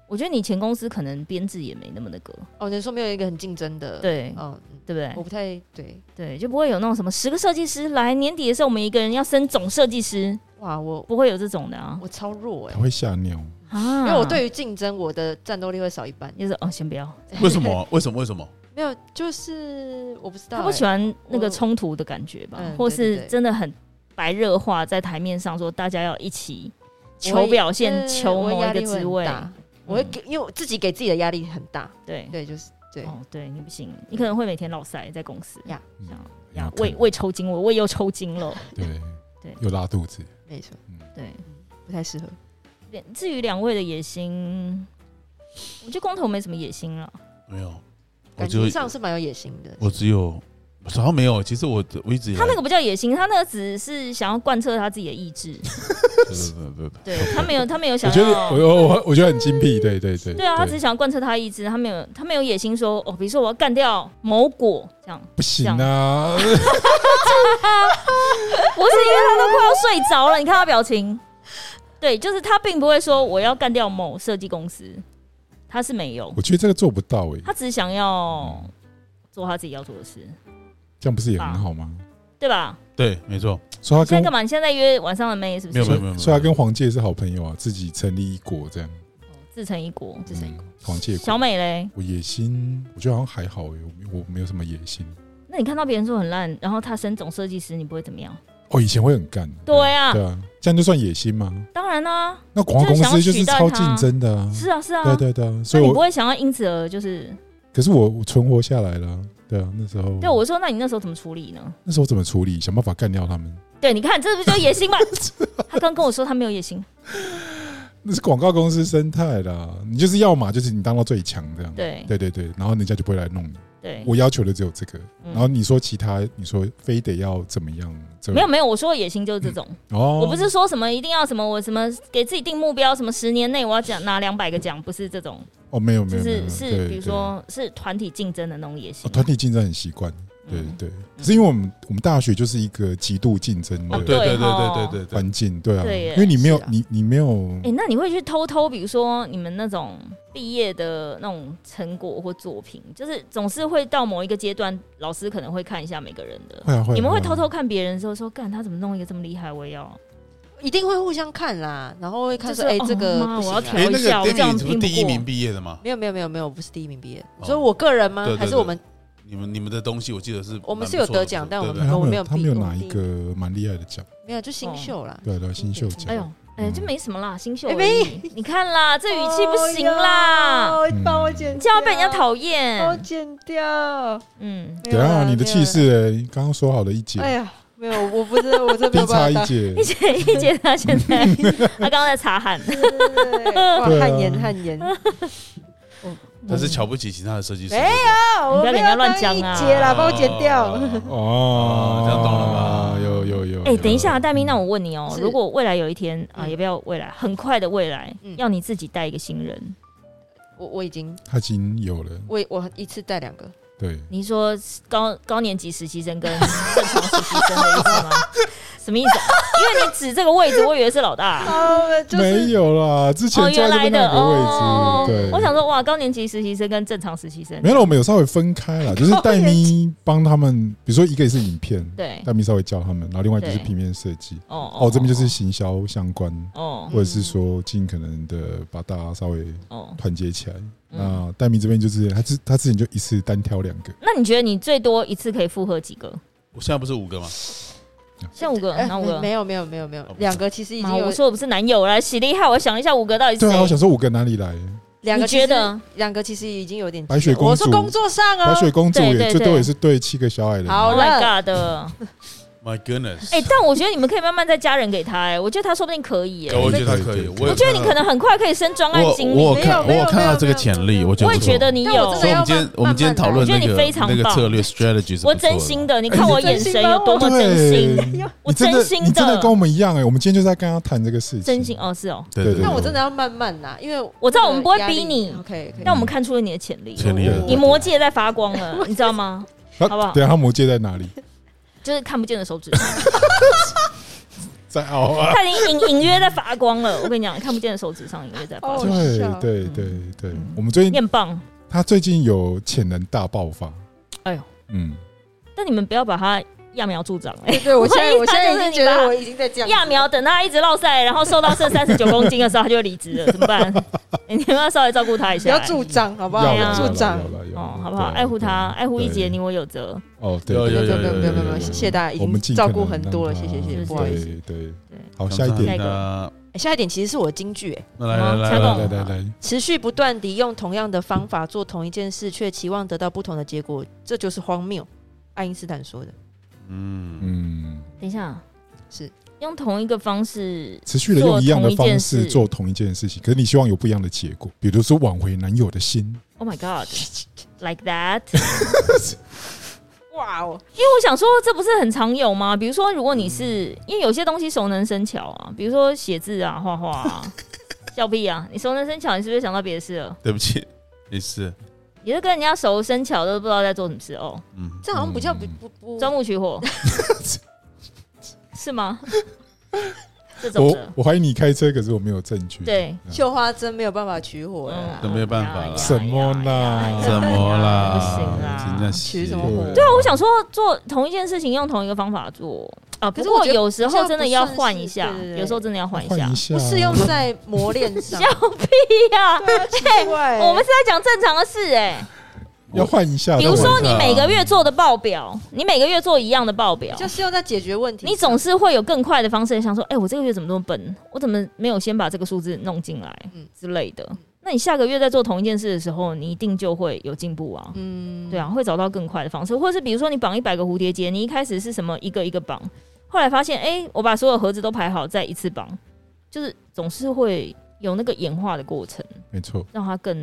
我觉得你前公司可能编制也没那么那个，
哦，你说没有一个很竞争的，，
对
哦，嗯
对不对
我？不太对，
对，就不会有那种什么十个设计师来年底的时候，我们一个人要升总设计师，
哇，我
不会有这种的啊
我超弱哎、
他会吓尿，
啊！
因为我对于竞争，我的战斗力会少一半。
就是哦，先不要，
为什么啊？为什么？为什么？
没有，就是我不知道、欸
他不喜
欢，
欢那个
我
冲突的感觉吧，
嗯
或
对对
是
对
真的很白热化在台面上说大家要一起
我
求
也
表现、
嗯
求
我
某
压
一个
力会
职
很
位，
大我会
嗯
给，因为我自己给自己的压力很大，
对
对，就是对，
哦，对你不行，你可能会每天落塞在公司
呀
这样
然后
胃胃抽筋，我胃又抽筋了。
对
对
又拉肚子，
没错，
对，
不太适合。
两至于两位的野心，我觉得工头没什么野心了。
没有，我
感
只有
情上是蛮有野心的，
我只有，我好像没有。其实我我一直以来
他那个不叫野心，他那个只是想要贯彻他自己的意志。
不不不不
对他没有，他没有
我
想
觉得
要。
我我我我觉得很精辟，对对对，
对啊，他只是想要贯彻他的意志，他没有，他没有野心说哦，比如说我要干掉某果这样。
不行啊，
不是因为他都快要睡着了，你看他表情。对，就是他并不会说我要干掉某设计公司，他是没有，
<laughs> 我觉得这个做不到哎
他，只想要
哦，
做他自己要做的事，
这样不是也
啊
很好吗？
对吧？
对，没错，
所以
现
他
在干
啊跟
嘛？你现在约晚上的妹是不
没有没
是？
有没有，
所以他跟黄介是好朋友啊，自己成立一国这样，
自成一国，
自成一
嗯黄介国
小美嘞？
我野心，我觉得好像还好哎，我没我没有什么野心，
那你看到别人说很烂，然后他升总设计师，你不会怎么样？
哦，以前会很干，
对啊
对啊，这样就算野心吗？
当然啦、
那广告公司就是超竞争的啊，
是啊是啊，
嗯对对对啊，所
那
以
你不
我嗯
会想要因此而就是？
可是我我存活下来了啊，对啊，那时候
对我说，那你那时候怎么处理呢？
那时候怎么处理？想办法干掉他们。
对，你看，这不就野
<laughs>
心吗？
啊
他刚跟我说他没有野心，
那是广告公司生态啦，你就是要嘛就是你当到最强这样，
对
对对对，然后人家就不会来弄你。
对，
我要求的只有这个，
哎嗯
然后你说其他，你说非得要怎么样？这
没有没有，我说的野心就是这种，
哦，
我不是说什么一定要什么，我什么给自己定目标，什么十年内我要奖拿两百个奖，不是这种，
哦，没有没
就
有，没有
是
没有
是
对
比
对
如说是团体竞争的那种野心
哦，团体竞争很习惯，对
嗯
对。可是因为我们我们大学就是一个极度竞争
哦，
的
对对对对
哦
对对对，
环境，对啊，
对耶
因为你没有
是啊
你你没有
哎、那你会去偷偷，比如说你们那种毕业的那种成果或作品，就是总是会到某一个阶段，老师可能会看一下每个人的。
会啊会啊，
你们会
啊
偷偷看别人的时候说，干他怎么弄一个这么厉害，我也要。
一定会互相看啦，然后会看
就是
说，哎、
哦
这个
妈
不行
我
啊、
要
哎，
调
那
一下，我
个
这样
Demi 不
拼
是第一
过
名毕业的吗？
没有没有没有没有，我不是第一名毕业，
哦
所以我个人吗？
对对对
还是我们
你们你们的东西我记得是
我们
蛮
是有
不错的
得奖但我们
对
哎
对
他
我
们
没
有
有
他们有
毕我
拿
们
一个蛮厉害的奖，
没有就新
哦
秀啦？
对对，新秀
哎
奖，
呦，哎、这没什么啦，新秀而
哎
已。
没
你看啦，这语气不行啦，
哦
嗯
哟哦帮我剪掉，
你这样被人家讨
帮我
厌。
剪掉。
嗯，
等一
没有
下
啦
啊你的气，势，哎刚刚说好的一姐
没有啦哎，呀，没有，我不知道，我真
<laughs>
没
冰
有
差
办
一
法打。
姐
一，姐一姐，她现在她刚刚在擦汗。
哦对哇，
对啊
汗颜汗颜，
但是瞧不起其他的设计师。
没
对
啊我
不要给人家乱讲啊
没有当一姐啦，帮我剪掉。
哦
哦
哦，这样懂了吧
有有有，
哎、
有
等一下，大明，那我问你哦、
是
如果未来有一天啊，
嗯
也不要未来，很快的未来，
嗯
要你自己带一个新人，
我我已经，
他已经有了，
我我一次带两个，
对，
<laughs> 你说高高年级实习生跟正常实习生的意思吗？ <laughs> 什么意思啊？因为你指这个位置，我以为是老大、
啊，就
没
是
有啦，之前
哦，
坐
原
在
来的
那个
哦
位置，对，
我想说，哇，高年级实习生跟正常实习生
没有，我们有稍微分开
<laughs>
了，就是戴咪帮他们，比如说一个也是影片，
哦对
戴咪稍微教他们，然后另外就是
对
平面设计，
哦
哦，这边就是行销相关，
哦
或者是说尽可能的把大家稍微
哦。
团结起来。
嗯
那戴咪这边就是他之他之前就一次单挑两个，
那你觉得你最多一次可以负荷几个？
我现在不是五个吗？
像五个，
呃
然后五个。
没有没有没有没有
哦，
两个其实已经
妈
有
我说我不是男友来洗厉害，我想一下五个到底是
对啊，我想
谁？
说五个哪里来？
两
你
个，
觉得？
两个其实已经有点
白雪公主
我说工作上
白
啊，
雪公主
对
也
对
最多
对
也是对七个小矮人，
好
Oh
了
my god
<laughs>
的，
My goodness！
哎、但我觉得你们可以慢慢再加人给他、哎，我觉得他说不定可以、哎，
我觉得他可以，
对对对
也
我觉得你可能很快可以升专案
我
经理，
我有
没有
看我
没有
有看
没有
到这个
没有
潜力，
没有
我觉
我
得
也
不错
觉得你
但我
有
真，
所以
的
我
要
们今天我们
慢
今天讨
慢
论那
来我
慢
觉
个
得你非常
那个
棒
策略 strategy 是不
我
错的
真心哎的，你看我眼神有多么真
对
心，，我
你真
真
的
心
你真的
的
跟我们一样哎，我们今天就是在跟他谈这个事情，
真心哦，是哦，
对对
对
对，
那我真的要慢慢拿，因为
我知道我们不会
压力
逼你
，OK，
让我们看出了你的潜力，
潜力了
你魔界在发光了， <laughs> 你知道吗？
好
好不好
等一下他魔戒在哪里？
就是看不见的手指，
在奥啊。
它已经隐隐约在发光了。我跟你讲，看不见的手指上隐约在发
哦
光，
对
笑
对对
嗯
对
嗯，
我们最
你
近
很棒。
他最近有潜能大爆发，
哎呦，
嗯，
但你们不要把它揠苗助长哎、
对对，我现在
我
我
一看
现在已经
就是
觉
你吧
得我已经在这样子
揠苗等他一直落赛，然后瘦到剩三十九公斤的时候，他就会离职了，怎么办？你们要稍微照顾他一
不
下、
要助长好不
要
好
对啊
了？
助长
要。了要了
哦，好不好？
对
爱护他，
对
爱护一姐，
对
你我有责。
哦，对，
有
对
没有没有
有
没有
有
没有
有
没有，
有
谢谢大家，已
我们
经
尽
照
可
顾
能
很
让
多了，
他
谢谢谢谢，不好意
对
思。
对，
对
好，下一
下一
点，
个
那
哎下一点其实是我金句，哎，
那来来来
好
来
来
来
来，
来来，
持续不断地用同样的方法做同一件事，却期望得到不同的结果，这就是荒谬。爱因斯坦说的，
嗯，
嗯，
等一下，啊
是
用同一个方式，
持续的用一样的方式
做
做同一件事情，可是你希望有不一样的结果，比如说挽回男友的心，
Oh my <laughs> God，like that。
哇哦，
因为我想说，这不是很常有吗？比如说，如果你是、因为有些东西熟能生巧啊，比如说写字啊、画画 <laughs> 啊、笑屁啊，你熟能生巧，你是不是想到别的事了？
对不起，也是，
也是跟人家熟生巧都不知道在做什么事哦，
嗯，
这好像比较不
嗯
不不
钻木取 <laughs> 火，是吗？这种
我
的，
我怀疑你开车，可是我没有证据，，
对，
绣花针没有办法取火
嗯
啦，
这。没有办法啦
哎呀
什么啦
哎呀哎呀
怎么啦？
不行啦
真！的
取
是
什么火？
对
对啊，我想说做同一件事情用同一个方法做啊，不
可是
过
我觉得
有时候真的要换一
这
下
样不算是对对，对
有时候真的要换一下
换一。下，
不是用在磨练
<laughs>
上
笑，屁 <laughs> 呀！
对啊奇怪
哦我们是在讲正常的事哎，
要换一下，
比如
对
说
不对
你每个月做的报表，你每个月做一样的报表，
就是用在解决问题上。
你总是会有更快的方式想说，哎、我这个月怎么这么笨？我怎么没有先把这个数字弄进来
嗯
之类的？那你下个月在做同一件事的时候，你一定就会有进步啊。
嗯
对啊，会找到更快的方式，或是比如说你绑一百个蝴蝶结，你一开始是什么一个一个绑，后来发现，哎、我把所有盒子都排好，再一次绑，就是总是会有那个演化的过程，
没错，
让它更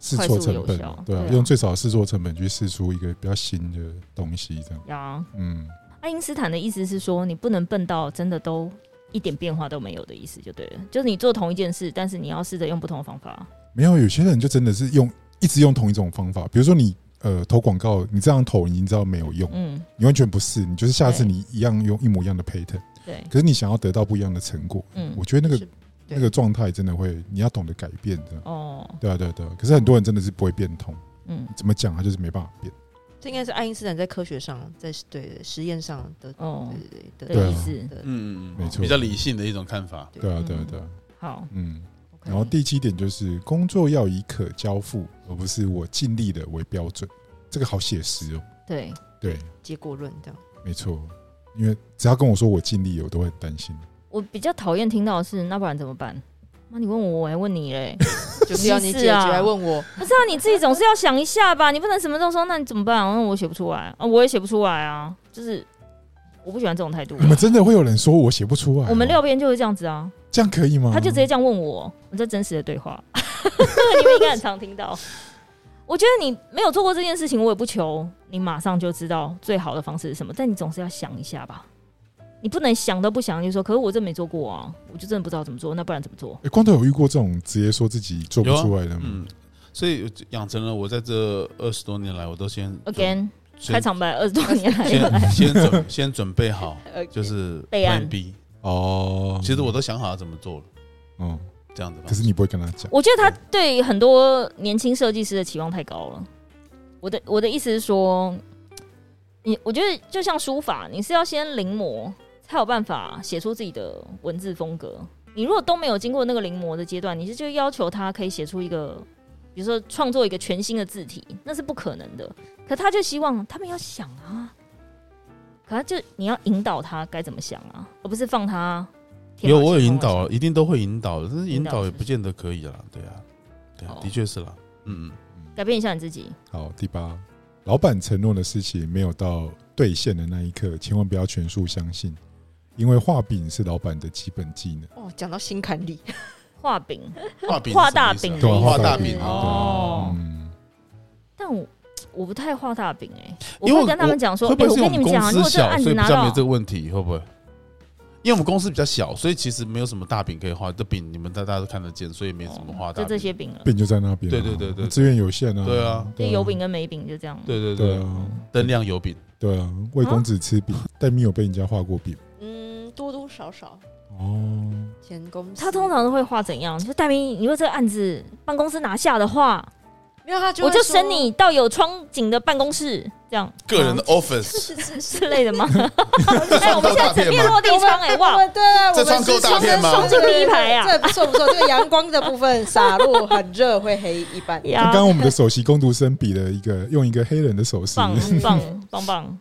试错成
快
本
速有效，
对啊
对，啊
用最少的试错成本去试出一个比较新的东西，这样，
呀。
嗯，
爱因斯坦的意思是说，你不能笨到真的都一点变化都没有的意思，就对了。就是你做同一件事，但是你要试着用不同的方法。
没有，有些人就真的是用一直用同一种方法，比如说你呃投广告，你这样投你已经知道没有用，
嗯，
你完全不是，你就是下次
对
你一样用一模一样的 pattern，
对，
可是你想要得到不一样的成果，
嗯
我，觉得那个
是对
那个状态真的会，你要懂得改变的。
哦，
对啊，对啊，对啊。可是很多人真的是不会变通，
嗯，
怎么讲他就是没办法变。
这应该是爱因斯坦在科学上，在对对实验上的
哦
对对对
的
对啊
意思。
的
嗯嗯，嗯
没错
比较理性的一种看法。
对啊，对啊，对啊。
好，
嗯。
OK
然后第七点就是工作要以可交付，而不是我尽力的为标准。这个好写实哦。
对，
对，
结果论
<laughs>
这样。
没错。因为只要跟我说我尽力，我都会很担心。
我比较讨厌听到的是，那不然怎么办？妈，你问我，我还问你嘞。 <laughs>
就是要你解决，还问我，
不是啊，你自己总是要想一下吧，你不能什么都说，那你怎么办、啊？那我写不出来啊，我也写不出来啊，就是我不喜欢这种态度啊。
你们真的会有人说我写不出来哦？
我们六边就是这样子啊，
这样可以吗？
他就直接这样问我，我这真实的对话，你们应该很常听到。我觉得你没有做过这件事情，我也不求你马上就知道最好的方式是什么，但你总是要想一下吧。你不能想都不想，你就说，可是我真没做过啊，我就真的不知道怎么做，那不然怎么做？
诶光头有遇过这种直接说自己做不
有啊
出来的吗？
嗯，所以养成了我在这二十多年来，我都先
again，
先
开场白二十多年 <laughs> 来的
先先准 <laughs> 先准备好，
呃，
就是
备案
Plan B。
哦，
其实我都想好要怎么做了，
嗯，
这样子吧
可。是你不会跟他讲，
我觉得他对很多年轻设计师的期望太高了。我的我的意思是说，你我觉得就像书法，你是要先临摹，才有办法写出自己的文字风格。你如果都没有经过那个临摹的阶段，你是就要求他可以写出一个，比如说创作一个全新的字体，那是不可能的。可他就希望他们要想啊，可他就你要引导他该怎么想啊，而不是放他
没
天
有，
马行空地想。
我有引导，啊一定都会引导，但是
引
引
导
导
是
也
不
不见得可以啦。对啊，对啊
哦，
的确是啦。嗯嗯，
改变一下你自己。
好，第八，老板承诺的事情没有到兑现的那一刻，千万不要全数相信，因为画饼是老板的基本技能。
哦，讲到心坎里， <laughs>
画饼，
画饼是什么意思啊，
画大饼
对啊
画
画大
大
饼
饼
对
哦
嗯，
但我我不太画大饼哎、我
因为
会跟他们讲说，
会不
哎
会
我
是
跟你
们
们
公
讲啊，如
司
果这个
小，
案
所
子
以比
拿
较没有
到
这，个问题？会不会？因为我们公司比较小，所以其实没有什么大饼可以画，这饼你们大家都看得见，所以没什么画大
哦
饼。
就这些饼了，
饼就在那边啊，
对对对对对
资源有限啊，
对啊
就有饼，跟没饼就这样。
对对
对
对，
嗯
啊，
灯亮油饼，
对啊，魏公子吃
啊
饼，但没有被人家画过饼
嗯，多多少少
哦。
前公司
他通常都会画怎样？就戴明，你说这个案子办公室拿下的话，
没有，他就
我
会
就
说
升你到有窗景的办公室，这样
个人的
啊
office，
<laughs>
是是是
之类的吗？哎，我们现在整面落地窗哎， <laughs>
我
哇，
们对啊，
这
我
窗
们
够
是
大片吗
窗
冲进第一排啊
<laughs> 这不错不错，这个阳光的部分洒落很热，会黑一半。
<laughs> 呀
刚刚我们的首席工读生比了一个用一个黑人的手势，
棒棒棒棒，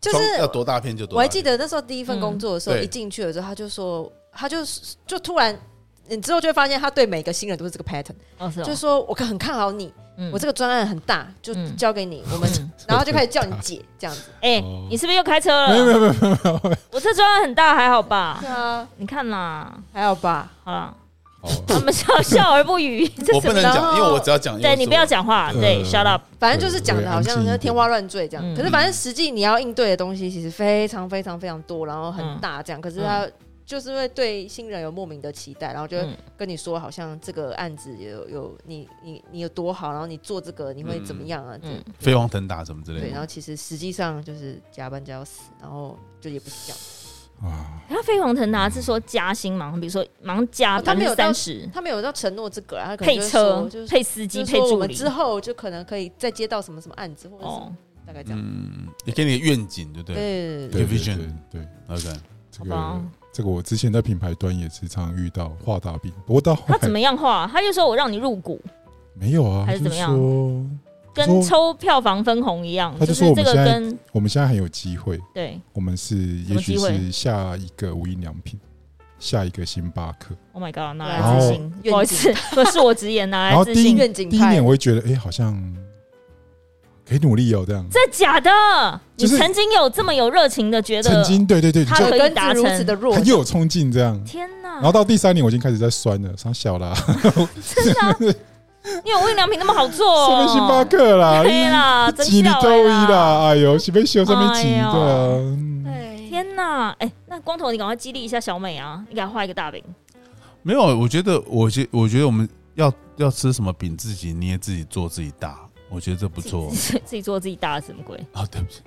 就
窗要
是
多大片就多。
我还记，得那时候第一份工作的时候，
呃嗯对
一进去了之后，他就说，他就就突然。你之后就会发现，他对每个新人都是这个 pattern，
哦是哦
就是说我很看好你，
嗯
我这个专案很大，就
嗯
交
<laughs>
给你，我们
嗯
然后就开始叫你
<laughs>
姐这样子，
哎
哦，
你是不是又开车
没有没
了？
有没有没有，
我这专案很大，还好吧
对？啊，
你看啦，
还好吧？
好啦，
好
他们笑笑而不
<laughs>
语， <laughs> 这
我
怎
不能
么了？
然
讲，
后
因为我只要讲，因为
对
是
你不要
我，
讲话，对
呃
，shut up。
反正就是讲的
对安
好
静一
像
点
天花乱坠这样
嗯，
可是反正实际你要应对的东西其实非常非常非常多，然后很大
嗯
这样，可是他就是会对新人有莫名的期待，然后就会
嗯
跟你说好像这个案子有有你你你有多好，然后你做这个你会怎么样啊？
嗯
这
飞黄腾达什么之类
对，然
的。
后其实实际上就是加班加到死，然后就也不是这样，
啊，
他飞黄腾达是说加薪嘛，比如说忙加
哦
百
他
分
没
之
有
三
到
十，
他们有要承诺这个啊，他可能
配
就会
车
说就、是
配司机、
就是
配
说我
助
们
理
之。后就可能可以再接到什么什么案子，或者是
哦，
大概这样。
嗯，也给你个愿景，对不对
对
对对
Division
对对，
？OK，
这
好
个
吧
这个我之前在品牌端也时常遇到画大饼，不过到后
他
来
怎么
<laughs>
样画？他就说我让你入股，
没有啊，
还是
就
怎么样
说
跟抽票房分红一样，
他
就
就说
是
我
这
们
个
现在
跟
我们现在很有机会，
对。
我们是
什
也
么
许
机会
是下一个无印良品，下一个星巴克。
Oh my god！哪
然
来
后
自信？不好意思， <laughs> 不是我直言，哪
然
来
后
自
第一
信？
愿景
第一
派
年我会觉得，哎，好像可以努力哦，这样。
这假的！你
就是
曾经有这么有热情的觉
曾
得？
经对对对，你
他
就
可以
根
达
子如
成
此的弱，
很有冲劲这样。
天哪
然！后到第三年，我已经开始在酸了，伤小啦，
真
<laughs>
的啊，因为无印良品那么好做
上面
哦，
星巴克啦，
黑啦，真
几里
笑
啊都一
欸啦。
啦，哎呦，是被修上面挤
哎呦
的，嗯
天，
天呐，哎、那光头，你赶快激励一下小美啊！你给她画一个大饼，
没有，我觉得，我觉，我觉得我们要要吃什么饼，自己捏，自己做，自己大，我觉得这不
不
错 <laughs>
<laughs> 自己自己做自己大的什么鬼？
啊。对不
<laughs>
起，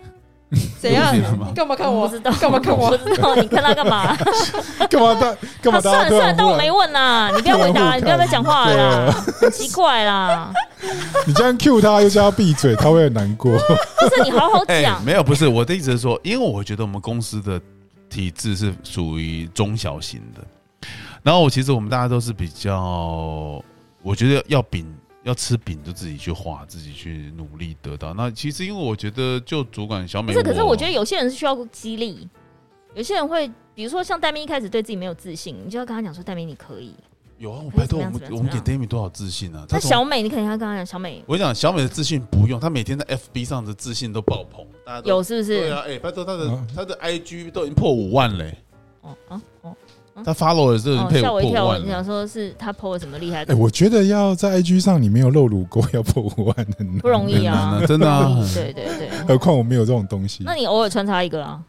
怎样
对不起嘛？
你干嘛看
我
我
不？知道，
干嘛看我
不知道你看他干嘛？
干嘛
<laughs>
大干嘛大
啊算
家
了
都
算了，
很
当我
忽
没
然，
问啦，你不要
突然
回答，
互
你不要再
看
讲话了啦，很奇怪啦，
你这样 Q 他又叫他闭嘴，他会很难过。
不是你好好
<laughs>
讲，
哎没有，不是我的意思是说，因为我觉得我们公司的体制是属于中小型的，然后我其实我们大家都是比较，我觉得要饼要吃饼就自己去画，自己去努力得到。那其实因为我觉得，就主管小
不
美，
是，可是我觉得有些人是需要激励，有些人会，比如说像戴明一开始对自己没有自信，你就要跟他讲说，戴明你可以。
有啊，我拜托我们
怎么样
我们给
怎
Demi 多少自信啊？
那
他从
小美，你肯定要跟他讲，小美
我讲小美的自信不用，她每天在 FB 上的自信都爆棚，大家都
有是不
对
是？
啊，哎、拜托她的
啊
她的 IG 都已经破五万嘞、
哦啊哦
她 follow 的都已经
哦，
配
吓
嗯破
我一
五
跳，我
万
想
了。
说是他 PO 了什么厉害
哎，
的，
我觉得要在 IG 上你没有露乳沟要破五万很难
不容易啊
很难，啊真的啊
不容易对对对。
何况我没有这种东西
那。你偶尔穿插一个啊，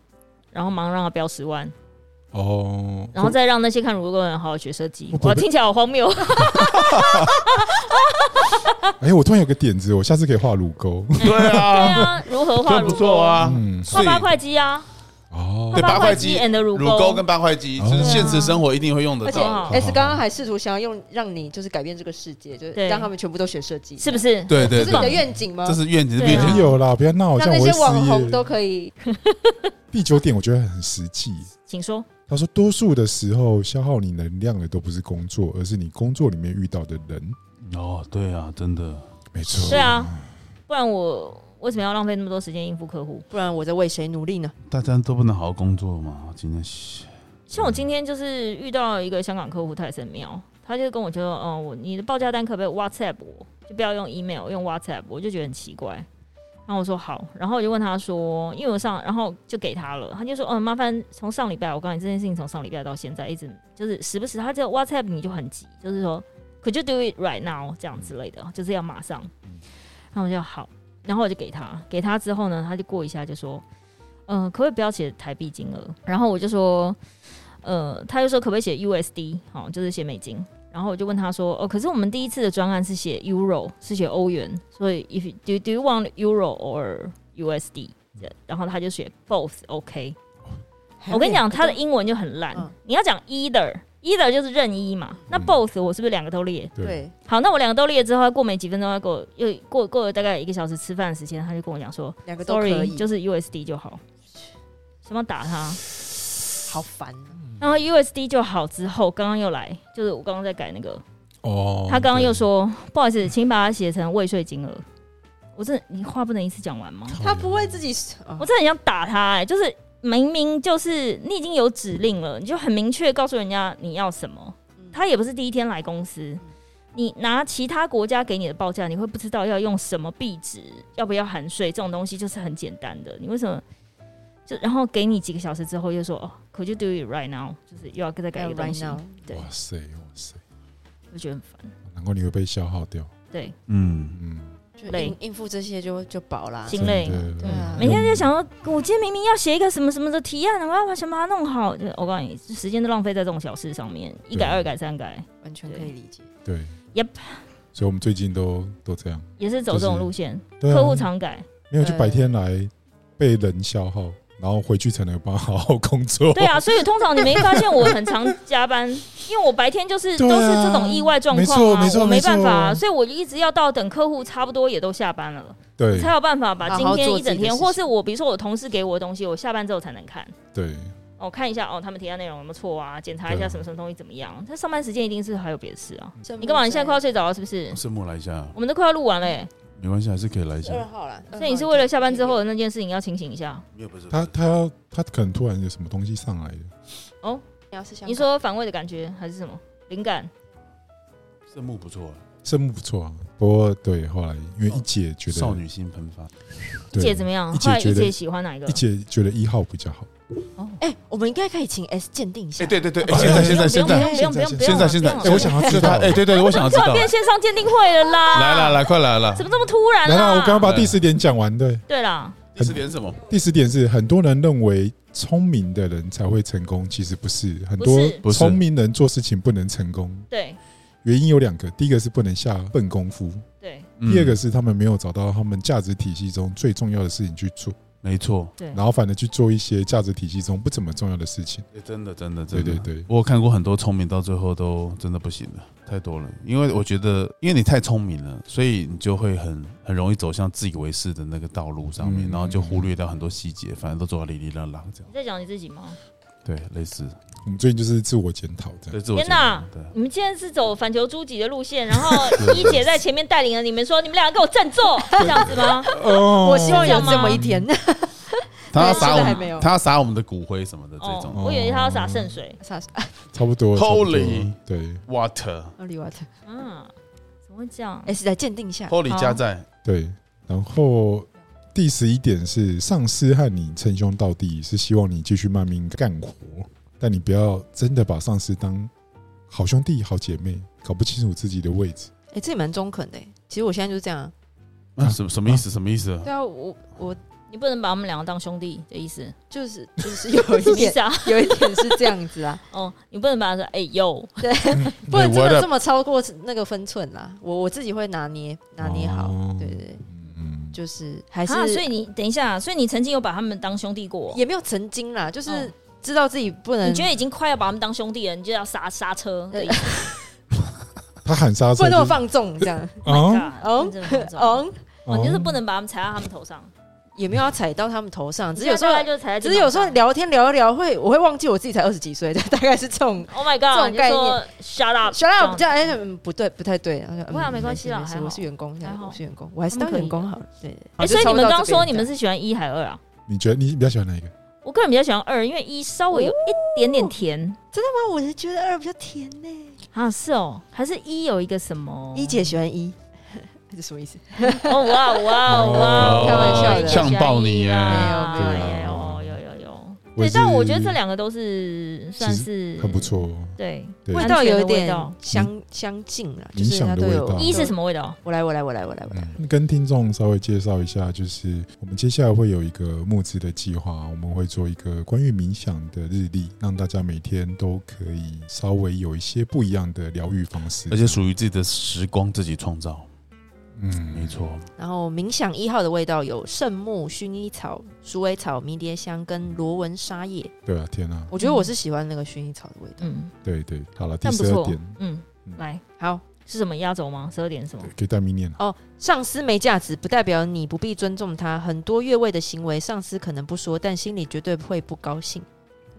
然后忙让他标十万，
哦，
然后再让那些看如果的人好好学设计
会。不
哇，
会
听起来好荒谬，
啊
哎，我突然有个点子，我下次可以画乳沟。
<laughs> 对
对
啊，
啊，如何画
这
乳
不
沟
错？啊，
嗯，
画
所以
八块肌啊，
哦
画
对，
八
八
块
块
肌
肌
and 乳啊
乳沟跟八块肌，
哦
就是现实生活一定会用得
而且
到。
好
S 刚刚还试图想要用让你就是改变这个世界，就是
对
让他们全部都学设计，
是不？是？
对对
这是你的
对，
愿景吗
这？是愿景，
对
愿
啊
景
没有啦，不要闹，这
让
样
那
我会
些网红
失
都
业。
可以，
第九点，我觉得很实际。
请说。
他说，多数的时候消耗你能量的都不是工作，而是你工作里面遇到的人。
哦，对啊，真的，
没错，
对啊，不然我为什么要浪费那么多时间应付客户？
不然我在为谁努力呢？
大家都不能好好工作嘛，今天是
像我今天就是遇到一个香港客户，他也是很妙，他就跟我说：“哦，我你的报价单可不可以 WhatsApp 我？就不要用 email，用 WhatsApp。”我就觉得很奇怪。然后我说好，然后我就问他说，因为我上，然后就给他了，他就说，嗯，麻烦从上礼拜，我告诉你这件事情从上礼拜到现在一直就是时不时他这个 WhatsApp 你就很急，就是说 Could you do it right now 这样之类的，就是要马上。然后我就好，然后我就给他，给他之后呢，他就过一下就说，嗯、可不可以不要写台币金额？然后我就说，呃，他就说可不可以写 USD，好、哦就是写美金。然后我就问他说，哦，可是我们第一次的专案是写 Euro，是写欧元，所以 if you, do do you want Euro or USD？然后他就写 both，OK、我跟你讲，他的英文就很烂，
嗯
你要讲 either。either 就是任意嘛，那
嗯
both 我是不是两个都列？
对，
对，
好，那我两个都列之后，过没几分钟，他给我又过过了大概一个小时吃饭的时间，他就跟我讲说
两个都可
，sorry，
以，
就是 USD 就好，什么打他，
好烦啊。
然后 USD 就好之后，刚刚又来，就是我刚刚在改那个，
哦
他刚刚又说不好意思，请把它写成未税金额。我真的，你话不能一次讲完吗？
对
他不会自己，哦
我真的很想打他、哎，就是明明就是你已经有指令了，你就很明确告诉人家你要什么。
嗯
他也不是第一天来公司，你拿其他国家给你的报价，你会不知道要用什么币值，要不要含税，这种东西就是很简单的。你为什么就然后给你几个小时之后又说哦，Could you do it right now？就是又要再改一个东
right
西，
now，
对
哇塞哇塞，
我觉得很烦。
难怪你会被消耗掉。
对，
嗯，
嗯，
就
累
应应付这些就就饱啦。
心累
真的嗯
对啊
每天就想说，我今天明明要写一个什么什么的提案，我要把想把它弄好。就我告诉你，时间都浪费在这种小事上面，一改、
对
二改、三改，
完全可以理解。
对
Yep
所以我们最近都都这样，
也是走这种路线。
对啊
客户常改，
没有就
对
白天来被人消耗，然后回去才能帮他好好工作。
对啊，所以通常你没发现我很常加班，因为我白天就是
对啊
都是这种意外状况啊
没，错没错
我没办法啊，
没错
所以我一直要到等客户差不多也都下班了，
对
才有办法把
好
今
好
天
做
一整
自己的
天，
事
或是
情
我比如说我同事给我的东西，我下班之后才能看。
对
哦，看一下哦，他们提案内容有没有错啊？检查一
对
下
啊
什么什么东西怎么样？他上班时间一定是还有别的事啊。你
你
干嘛？你现在快要睡着了是不是？
圣母来一下，
我们都快要录完了欸，
没关系，还是可以来一下。
二号了？
所以你是为了下班之后的那件事情要清醒一下。
没有不是
他，他要他可能突然有什么东西上来了，
你要是想
你说反胃的感觉还是什么灵感？
圣母不错，
圣木不错啊。不过对，后来因为一姐觉得
少女心喷发。
一
对
姐怎么样？
一姐
后来
觉
一
得
姐喜欢哪一个
一？姐觉得一号比较好，
哎，我们应该可以请 S 鉴定一下
哎，。对对对，
哦
哎现在现在现
不用
在
不用不用不用不用
现在现在
不用
哎，我想要知
是
道
他，，哎，对对，我想要知
突然
道。
变线上鉴定会了啦！
来了，来，快来了
怎！么这么突然
来啦，
啊？
我刚刚把第十点讲完对，
对啦，
第四点是什么？
第十点是很多人认为聪明的人才会成功，其实不是，很
不是
多聪明人做事情不能成功，
对
原因有两个，第一个是不能下笨功夫，
对
嗯
第二个是他们没有找到他们价值体系中最重要的事情去做，
没错，
对，
然后反而去做一些价值体系中不怎么重要的事情。
哎真的真的
对
真的
对。对，
我有看过很多聪明到最后都真的不行了，太多了。因为我觉得，因为你太聪明了，所以你就会很很容易走向自以为是的那个道路上面，
嗯
然后就忽略掉很多细节，反正都做到哩哩啦啦这样
你。在讲你自己吗？
对，类似
我们最近就是自我检讨这样。
对自我
天哪
检讨对。
你们今天是走反求诸己的路线，然后一姐在前面带领了你们说你们两个给我振作，是这样子吗？
哦
我希望有
是这
这
样吗
么一 <laughs> 天，
他要
现
撒
在
我
还没有
们，他要撒我们的骨灰什么的这
哦，
种。
我以为他要洒圣水，
啥
差不多。
Holy
差不多对
Water
奥利瓦特
嗯，怎么会这样？
S 来鉴定一下。
哦
Holy 加在
对，然后第十一点是上司和你称兄道弟，是希望你继续卖命干活，但你不要真的把上司当好兄弟、好姐妹，搞不清楚自己的位置。
哎，这也蛮中肯的欸。其实我现在就是这样啊。
嗯啊什么什么意思？什么意思？
对啊，我我
你不能把我们两个当兄弟的意思，
就是就是有一
意 <laughs>
点
思啊？
有一点是这样子啊，
哦，你不能把他说哎呦，
不能真的
What
这么超过那个分寸啦。我我自己会拿捏拿捏好，
哦
对对对，
嗯，
就是哎还是、
啊，所以你等一下，所以你曾经有把他们当兄弟过？
也没有曾经啦，就是
嗯
知道自己不能，
你觉得已经快要把他们当兄弟了，你就要刹刹车的意思？
他喊刹
不
车
能那
就是，
么放纵这样，
啊
哦
哦，真的很重要
嗯，
哦你就是不能把他们踩到他们头上。
也没有要踩到他们头上，只是
你
有时候
大概就是踩在
只
地
是
板
有时候
上
聊天聊一聊会，我会忘记我自己才二十几岁的，大概是这种。
，Oh my
这
God，
种
你
概
就
念
说 Shut up，
小亮，这
这样
样哎，嗯不对，不太对。然后说
不会啊
嗯
没关系啦
没事
还好
我是员工，这样
还好
我是员工，我还是
他们
当
可以
员工好了。对，
哎，
就
所以
差
你
不
们
多
刚
到这边
说你们
这样
是喜欢一还二啊？
你觉得你比较喜欢哪一个？
我个人比较喜欢二，因为一稍微有一点点甜
哇，我是觉得二比较甜呢。
啊，是哦，还是一有一个什么？
一姐喜欢 <laughs> 一，这什么意思？
哦哇哦哇哦哇哦！
开玩笑的
呛爆你耶
哎呦
对
啊
有有有有。
我
对，
是
但我觉得这两个都是算是
很不。错哦，
对，
对，
味
安
道
全的
有一
味
点
道
相相近啊，就啊
影
是
响
它
的
都
味
有
道。
一是
么？
什么味道？
我来，我来，我来，我来，我来。
嗯，跟听众稍微介绍一下，就是我们接下来会有一个募资的计划，我们会做一个关于冥想的日历，让大家每天都可以稍微有一些不一样的疗愈方式，
而且属于自己的时光，自己创造，
嗯
没，错。
哦
然后冥想一号的味道有圣木、薰衣草、鼠尾草、迷迭香跟罗纹沙叶。
对啊，天啊，
我觉得我是喜欢那个薰衣草的味道。
嗯，
对对，好了，第
但不
十二
错
点，。
嗯
嗯，
来
好，
是什么压轴吗？十二点什么
对？可以带明念了，
上司没价值，不代表你不必尊重他。很多越位的行为，上司可能不说，但心里绝对会不高兴。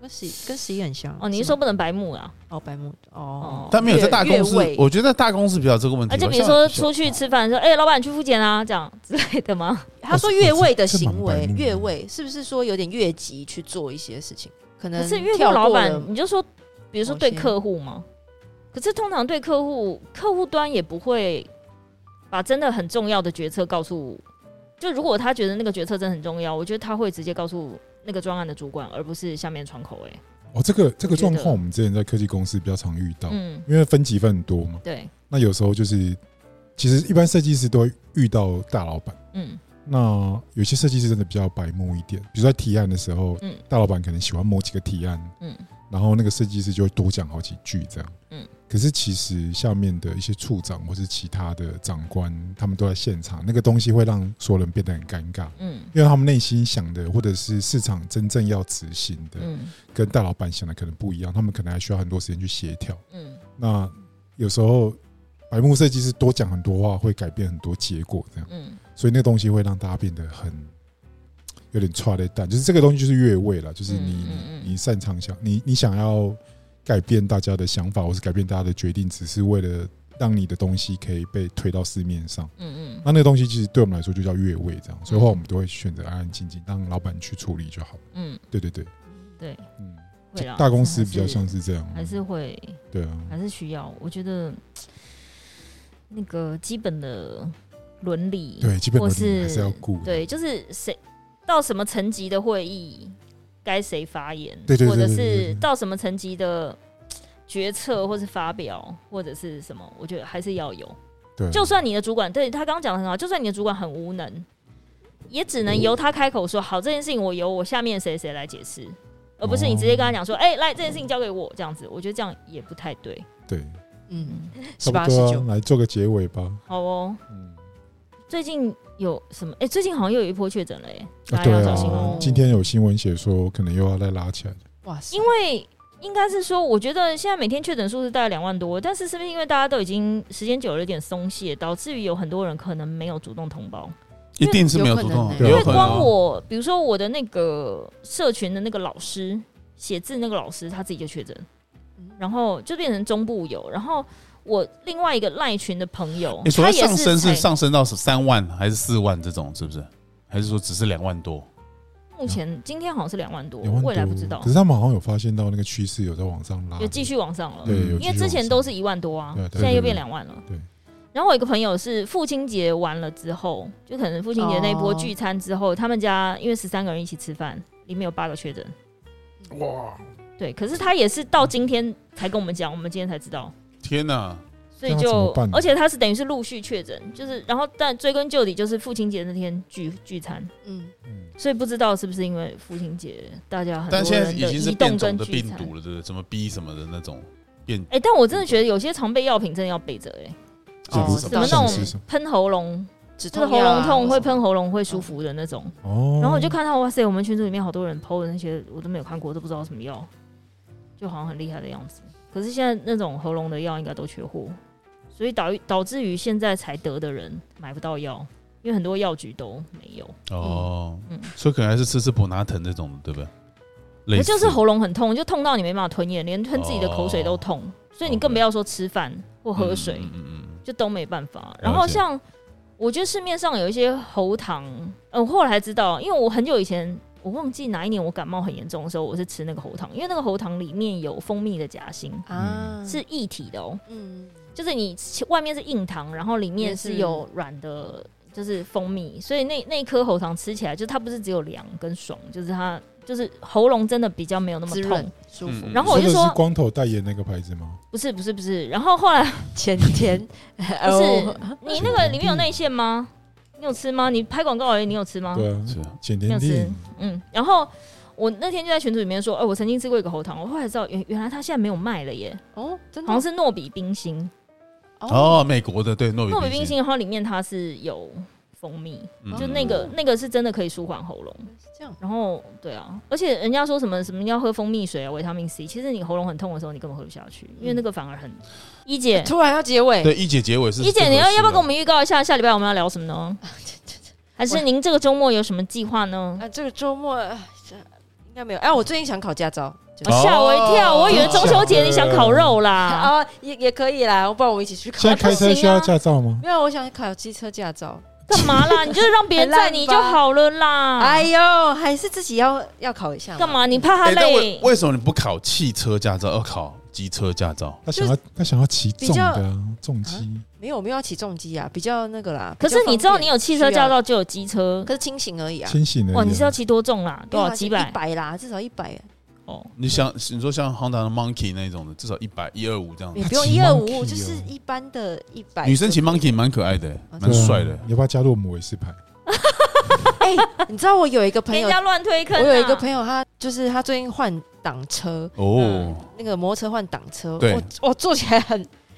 跟十跟十一很像
哦，你是
是
说
吗
不能白目啊？
哦白木哦
哦，
但没有在大公
越
司
位，
我觉得在大公嗯司比较有这个问题
而
吧。
且啊比如说
像
出去吃饭说，哎，老板去复检啊，这样之类的吗？
他说越位的
这这蛮
行
白
为
目，的
越位是不是说有点越级去做一些事情？可
可
能
是因为
跳
老
过
板
了，
你就说，比如说
某
对
些
客户嘛，可是通常对客户，客户端也不会把真的很重要的决策告诉。就如果他觉得那个决策真的很重要，我觉得他会直接告诉那个专案的主管，而不是下面窗口、欸。
哦，这个这个
我觉
状
得
况我们之前在科技公司比较常遇到，
嗯，
因为分级分很多嘛，
对，
那有时候就是，其实一般设计师都会遇到大老板。
嗯，
那有些设计师真的比较白目一点，比如说在提案的时候，
嗯
大老板可能喜欢某几个提案，
嗯
然后那个设计师就会多讲好几句这样，
嗯
可是其实下面的一些处长或是其他的长官，他们都在现场，那个东西会让所有人变得很尴尬，
嗯，
因为他们内心想的或者是市场真正要执行的，
嗯，
跟大老板想的可能不一样，他们可能还需要很多时间去协调。
嗯，
那有时候白目设计师多讲很多话，会改变很多结果这样。
嗯，
所以那个东西会让大家变得很有点差的蛋，就是这个东西就是越位了，就是你
嗯嗯嗯
你你擅长想你你想要改变大家的想法，或是改变大家的决定，只是为了让你的东西可以被推到市面上。
嗯，嗯，
那那个东西其实对我们来说就叫越位，这样，所以后来我们都会选择安安静静让老板去处理就好。
嗯，
对对对，
对，
嗯，
会啦。
大公司比较
还是
像是这样，
还是会，
对啊，
还是需要。我觉得那个基本的伦理，
对，基本
或
逻辑还
是
是要顾的，
对，就是谁到什么层级的会议该谁发言，
对对对
或者
对对对
是
对
到什么层级的呃决策，或是发表，或者是什么，我觉得还是要有。
对啊，
就算你的主管对他刚刚讲的很好，就算你的主管很无能，也只
嗯
能由他开口说好这件事情，我由我下面谁谁来解释，
哦
而不是你直接跟他讲说，哎、来这件事情交给我这样子，我觉得这样也不太对。
对，
嗯，十
差
八
不
十
多
九
啊，来做个结尾吧，
好哦，
嗯。
最近有什么？哎、最近好像又有一波确诊了、哎，
啊
大
对
家要小心
啊。，
哦
今天有新闻写说，可能又要再拉起来了。
哇塞，
因为应该是说，我觉得现在每天确诊数是大概两万多，但是是不是因为大家都已经时间久了有点松懈，导致于有很多人可能没有主动通报？
一定是没有主啊动，
因为
有可能欸
因为
有可能
光我，比如说我的那个社群的那个老师，写字那个老师他自己就确诊，然后就变成中部有，然后我另外一个赖群的朋友，
你所
他
谓
也
上升
才
是上升到三万还是四万这种，是不是？还是说只是两万多？
目前今天好像是两万多
两万，多
未来不知道
可，是他们好像有发现到那个趋势有在往上拉，
有继续往上了。
对，有继续往上
因为之前都是一万多啊
对，对
现在又
对
变
对
两万了。
对。
然后我有一个朋友是父亲节完了之后，就可能父亲节那一波
哦
聚餐之后，他们家因为十三个人一起吃饭，里面有八个确诊。
哇，
对，可是他也是到今天才跟我们讲，我们今天才知道。
天哪、
所以
那怎
就
么办呢
而且他是等于是陆续确诊，就是然后但追根究底就是父亲节那天聚聚餐，
嗯，
嗯，
所以不知道是不是因为父亲节大家很
但
多
现在
人
已
的
经是
移
变
动
种
跟
的
聚
病
餐。
毒了，对不对？什么 B 什么的那种变，
哎、但我真的觉得有些常备药品真的要备着哎、
这
哦
不
什
什么那
像
种
是什么
喷喉咙，
止
就是
痛
喉
药啊
咙痛会，喷喉咙会舒服的那种。
哦，
然后我就看到哇塞，我们群组里面好多人剖的那些我都没有看过，都不知道什么药，就好像很厉害的样子。可是现在那种喉咙的药应该都缺货，所以导导致于现在才得的人买不到药，因为很多药局都没有。
哦，
嗯
所以可能还是吃吃普拿疼这种的，对不对？类
我
似
就是喉咙很痛，就痛到你没办法吞咽，连吞自己的口水都痛，所以你更不要说吃饭或喝水，
哦嗯嗯嗯嗯
就都没办法。
解
然后像我觉得市面上有一些喉糖，呃，我后来才知道，因为我很久以前我忘记哪一年我感冒很严重的时候，我是吃那个喉糖，因为那个喉糖里面有蜂蜜的夹心，
啊，
是液体的哦，
嗯，
就是你吃外面是硬糖，然后里面是
也是
有软的。就是蜂蜜，所以那那一颗喉糖吃起来，就它不是只有凉跟爽，就是它就是喉咙真的比较没有那么
滋
痛
润，舒服
嗯。
然后我
你
就
的
说
是光头代言那个牌子吗？
不是不是不是。然后后来
前天 <laughs>
不是
哦，
你那个里面有内馅吗？你有吃吗？你拍广告而已，你有吃吗？
对啊，
嗯是
简
没有
田
吃
定，
嗯，然后我那天就在群组里面说，哎、我曾经吃过一个喉糖，我后来知道原原来它现在没有卖了耶，
哦，真的
好像是诺比冰心，
哦，美国的对诺
诺比
比
冰
冰
心，然后里面它是有蜂蜜，
嗯
就那个那个是真的可以舒缓喉咙。
是这样，
然后对啊，而且人家说什么什么要喝蜂蜜水啊，维他命 C，其实你喉咙很痛的时候，你根本喝不下去，因为那个反而很。一姐，
突然要结尾，
对一姐结尾是
一
这个
姐，
啊
你要
是
要不要
的
跟我们预告一下下礼拜我们要聊什
<laughs>
么
啊
呢？还是您这个周末有什么计划呢？
啊，这个周末呃这应该没有。哎、我最近想考驾照，就
哦
<laughs>
吓我一跳，
哦
我以为中秋节你想烤肉啦。
啊，也也可以啦，不然我一起去考
现在。开车需要驾照吗？
没有，我想考机车驾照。
干嘛啦？你就让别人载你就好了
<laughs>
啦。
哎呦，还是自己要要考一下嘛。
啊干嘛？你怕他
哎，但
累
为？为什么你不考汽车驾照，要哦考机车驾照？
他
啊
想要他想要骑
比
重的
较
啊重机，
没有，我们要起重机啊，比较那个啦。
可是你知道你有汽车驾
照，
照就有机车，
可是轻型而已啊。啊
清醒的
哇！你是要骑多重啦？多少几
一
百？
百啦，至少一百，
哦，
你想你说像 Honda 的 Monkey 那种的，至少一百一二五这样
也
子。
不用
他骑
一二
monkey
五，
哦
就是一般的一百。
女生骑 Monkey 蛮可爱的，蛮帅
啊
的。
你要不要加入我们维斯牌？
哎、你知道我有一个朋
给 <laughs>
友
人，家乱推坑
我
啊。
有一个朋友，他就是他最近换挡车，
嗯
哦，
那个摩托车换挡车，
对
我我坐起来很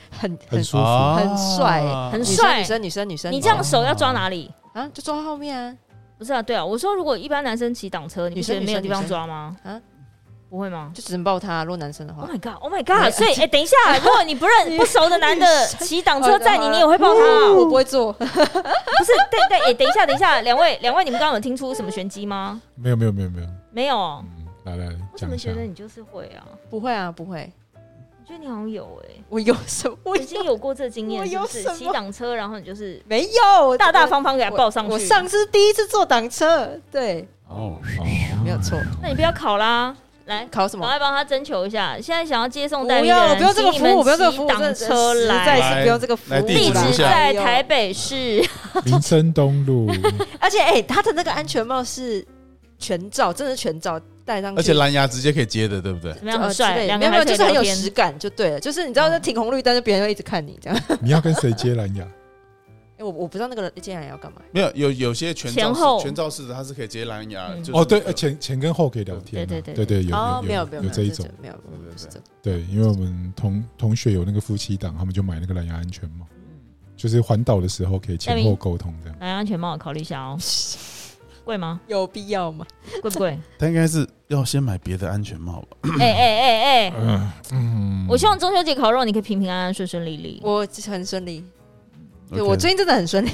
很
很
很
舒
啊
服，
很帅
很
女
帅
生女生女生女生，
你这样手要抓哪里？
啊，就坐后面啊，
不是啊，对啊，我说如果一般男生骑挡车，你不觉得没有地方抓吗？
女生女生
啊，不会吗
就只能抱他。如果男生的
？Oh
话，
my god! Oh my
没
god! 所以，哎，
<laughs>
等一下，如果你不认
你
不熟的男的
<laughs> 你
骑挡车载你，你也会抱他啊？
哦我不会坐， <laughs> 啊
不是，对对，哎，等一下，等一下，两位，两位，你们刚刚有听出什么玄机吗？
没有没有没有没有，
没有哦。
嗯，来来来
我怎
讲
么
一下
觉，得你就是会啊？
不会啊，不会。
我觉得你好像有哎、
我有什么？我
已经有过这经验，
我
是
有
不是
什？么
骑挡车，然后你就是
没有？
大大方方给他抱上去。
我我上次第一次坐挡车，对，
哦，
哦
没有错。
那你不要考啦，来，
考什
赶
么？
快帮他征求一下。现在想要接送
不
代理的
要，我不要
人，请
这个
你
服务，
们
我不要这个
骑
服务，
挡
真
车
的实在
来。
是不用这个服务
来
啦。
地址
地
留
址
下
在台北市， <laughs>
林森东路，
而且哎，他的那个安全帽是全罩，真的是全罩，戴上去，
而且蓝牙直接可以接的，对不对？
怎么样？
呃
很
之类
帅，
的
两
没
个
有没
还可
有，就
以
是很
聊
有
天
实。感就对了，就是你知道那停红绿灯，就别人会一直看你这样。 <laughs>
你要跟谁接蓝牙？
哎，我我不知道那个进来要干嘛。
没有有有些全
前
罩
后嗯
式全罩式的，它是可以接蓝牙。就是
哦，对，
那
呃
个
前前跟后可以聊天嘛，
对对
对
对
对，有
哦，没有没有
有有这一种，，
没有没有，
对对
不是
对
这种
对，因为我们同同学有那个夫妻档，他们就买那个蓝牙安全帽，就是环岛的时候可以前后沟通这样。
来，安全帽考虑一下
<laughs>
哦，贵吗？
有必要吗？
贵不
<coughs>
贵？
他应该是要先买别的安全帽吧？
哎哎哎哎！
嗯嗯
我希望中秋节烤肉你可以平平安安、顺顺利利。
我很顺利，对
OK
我最近真的很顺利，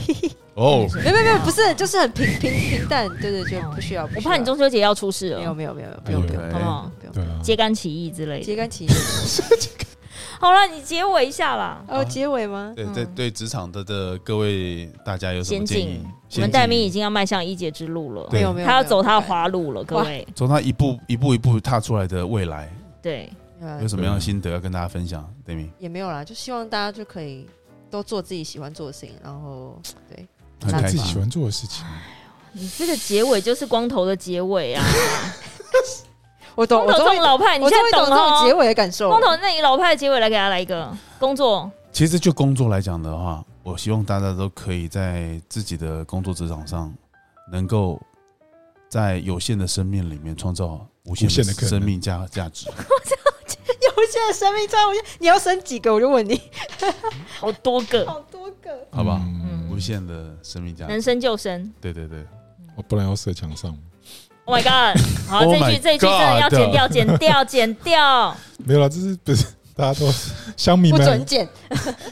哦，
嗯
没有没有没 <laughs> 有，不是，就是很平平平淡，对对，就不需要。不
我
需要
怕你中秋节要出事
没有
了，
没有没有，不
哎
用
呦
不用
好不好？
不用。
对啊，
揭竿起义之类
揭
的。
竿起义
好了，你结尾一下啦。
哦，结尾吗？
对对对，职场的的各位大家有什么
先
建
进
议？
我
先进
们戴咪已经要迈向一姐之路了，
对
没有没有，
他要走他的
花。
花路了，各位。
从他一步一步一步踏出来的未来，
对，
没有啦
有什么样的心得要跟大家分享？Demi，
也没有啦，就希望大家就可以都做自己喜欢做的事情，然后对，
很
做
开
自己喜
心。
欢做的事情，
你这个结尾就是光头的结尾啊，
我 <laughs> 懂，
光
我
头这
终于
种老派，你
我
现
终于
在
懂
懂哦
这种结
了。
尾的感受了。
光头，那你老派的结尾来给他来一个工作
其实就工作来讲的话，我希望大家都可以在自己的工作职场上，能够在有限的生命里面创造无限
无限
的
的可能
生命价价值。
有些人生命在无限，你要生几个？我就问你，
好多个，
好多个。
好不好
嗯
无限的生命价值
能。生就生。
对对对，
我不然要射墙上。
Oh my
<laughs>
god！好，
Oh
这一
my
句这一句真的要剪掉，剪掉，剪掉，
没有啦，这是不是大家都乡民
不准
们
剪，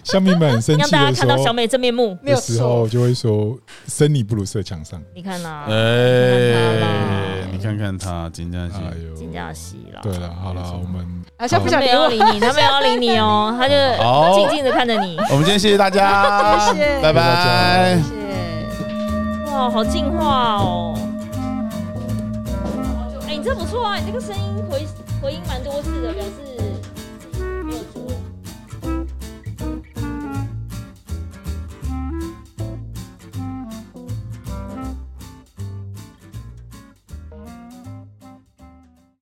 乡民们很生
让
气
大家
的时
看到小
候
美真面目。
没有
的时
错
候，。就会说生你不如射墙上。
你看啊啦，
哎，你
你看
看看他金佳
哎
熙，
呦，
金佳熙啦，
对了，好了，我们
好像不
他
想
没
理
有
我，
理你，他没有要理你
<laughs>
哦，他就
好
静静的看着你。
我们今天谢谢大家，
谢
谢
拜
谢
谢大
拜
家。
谢谢。
哇，好进化哦！哎、你这不错啊，你这个声音回回音蛮多次的，表示没有做。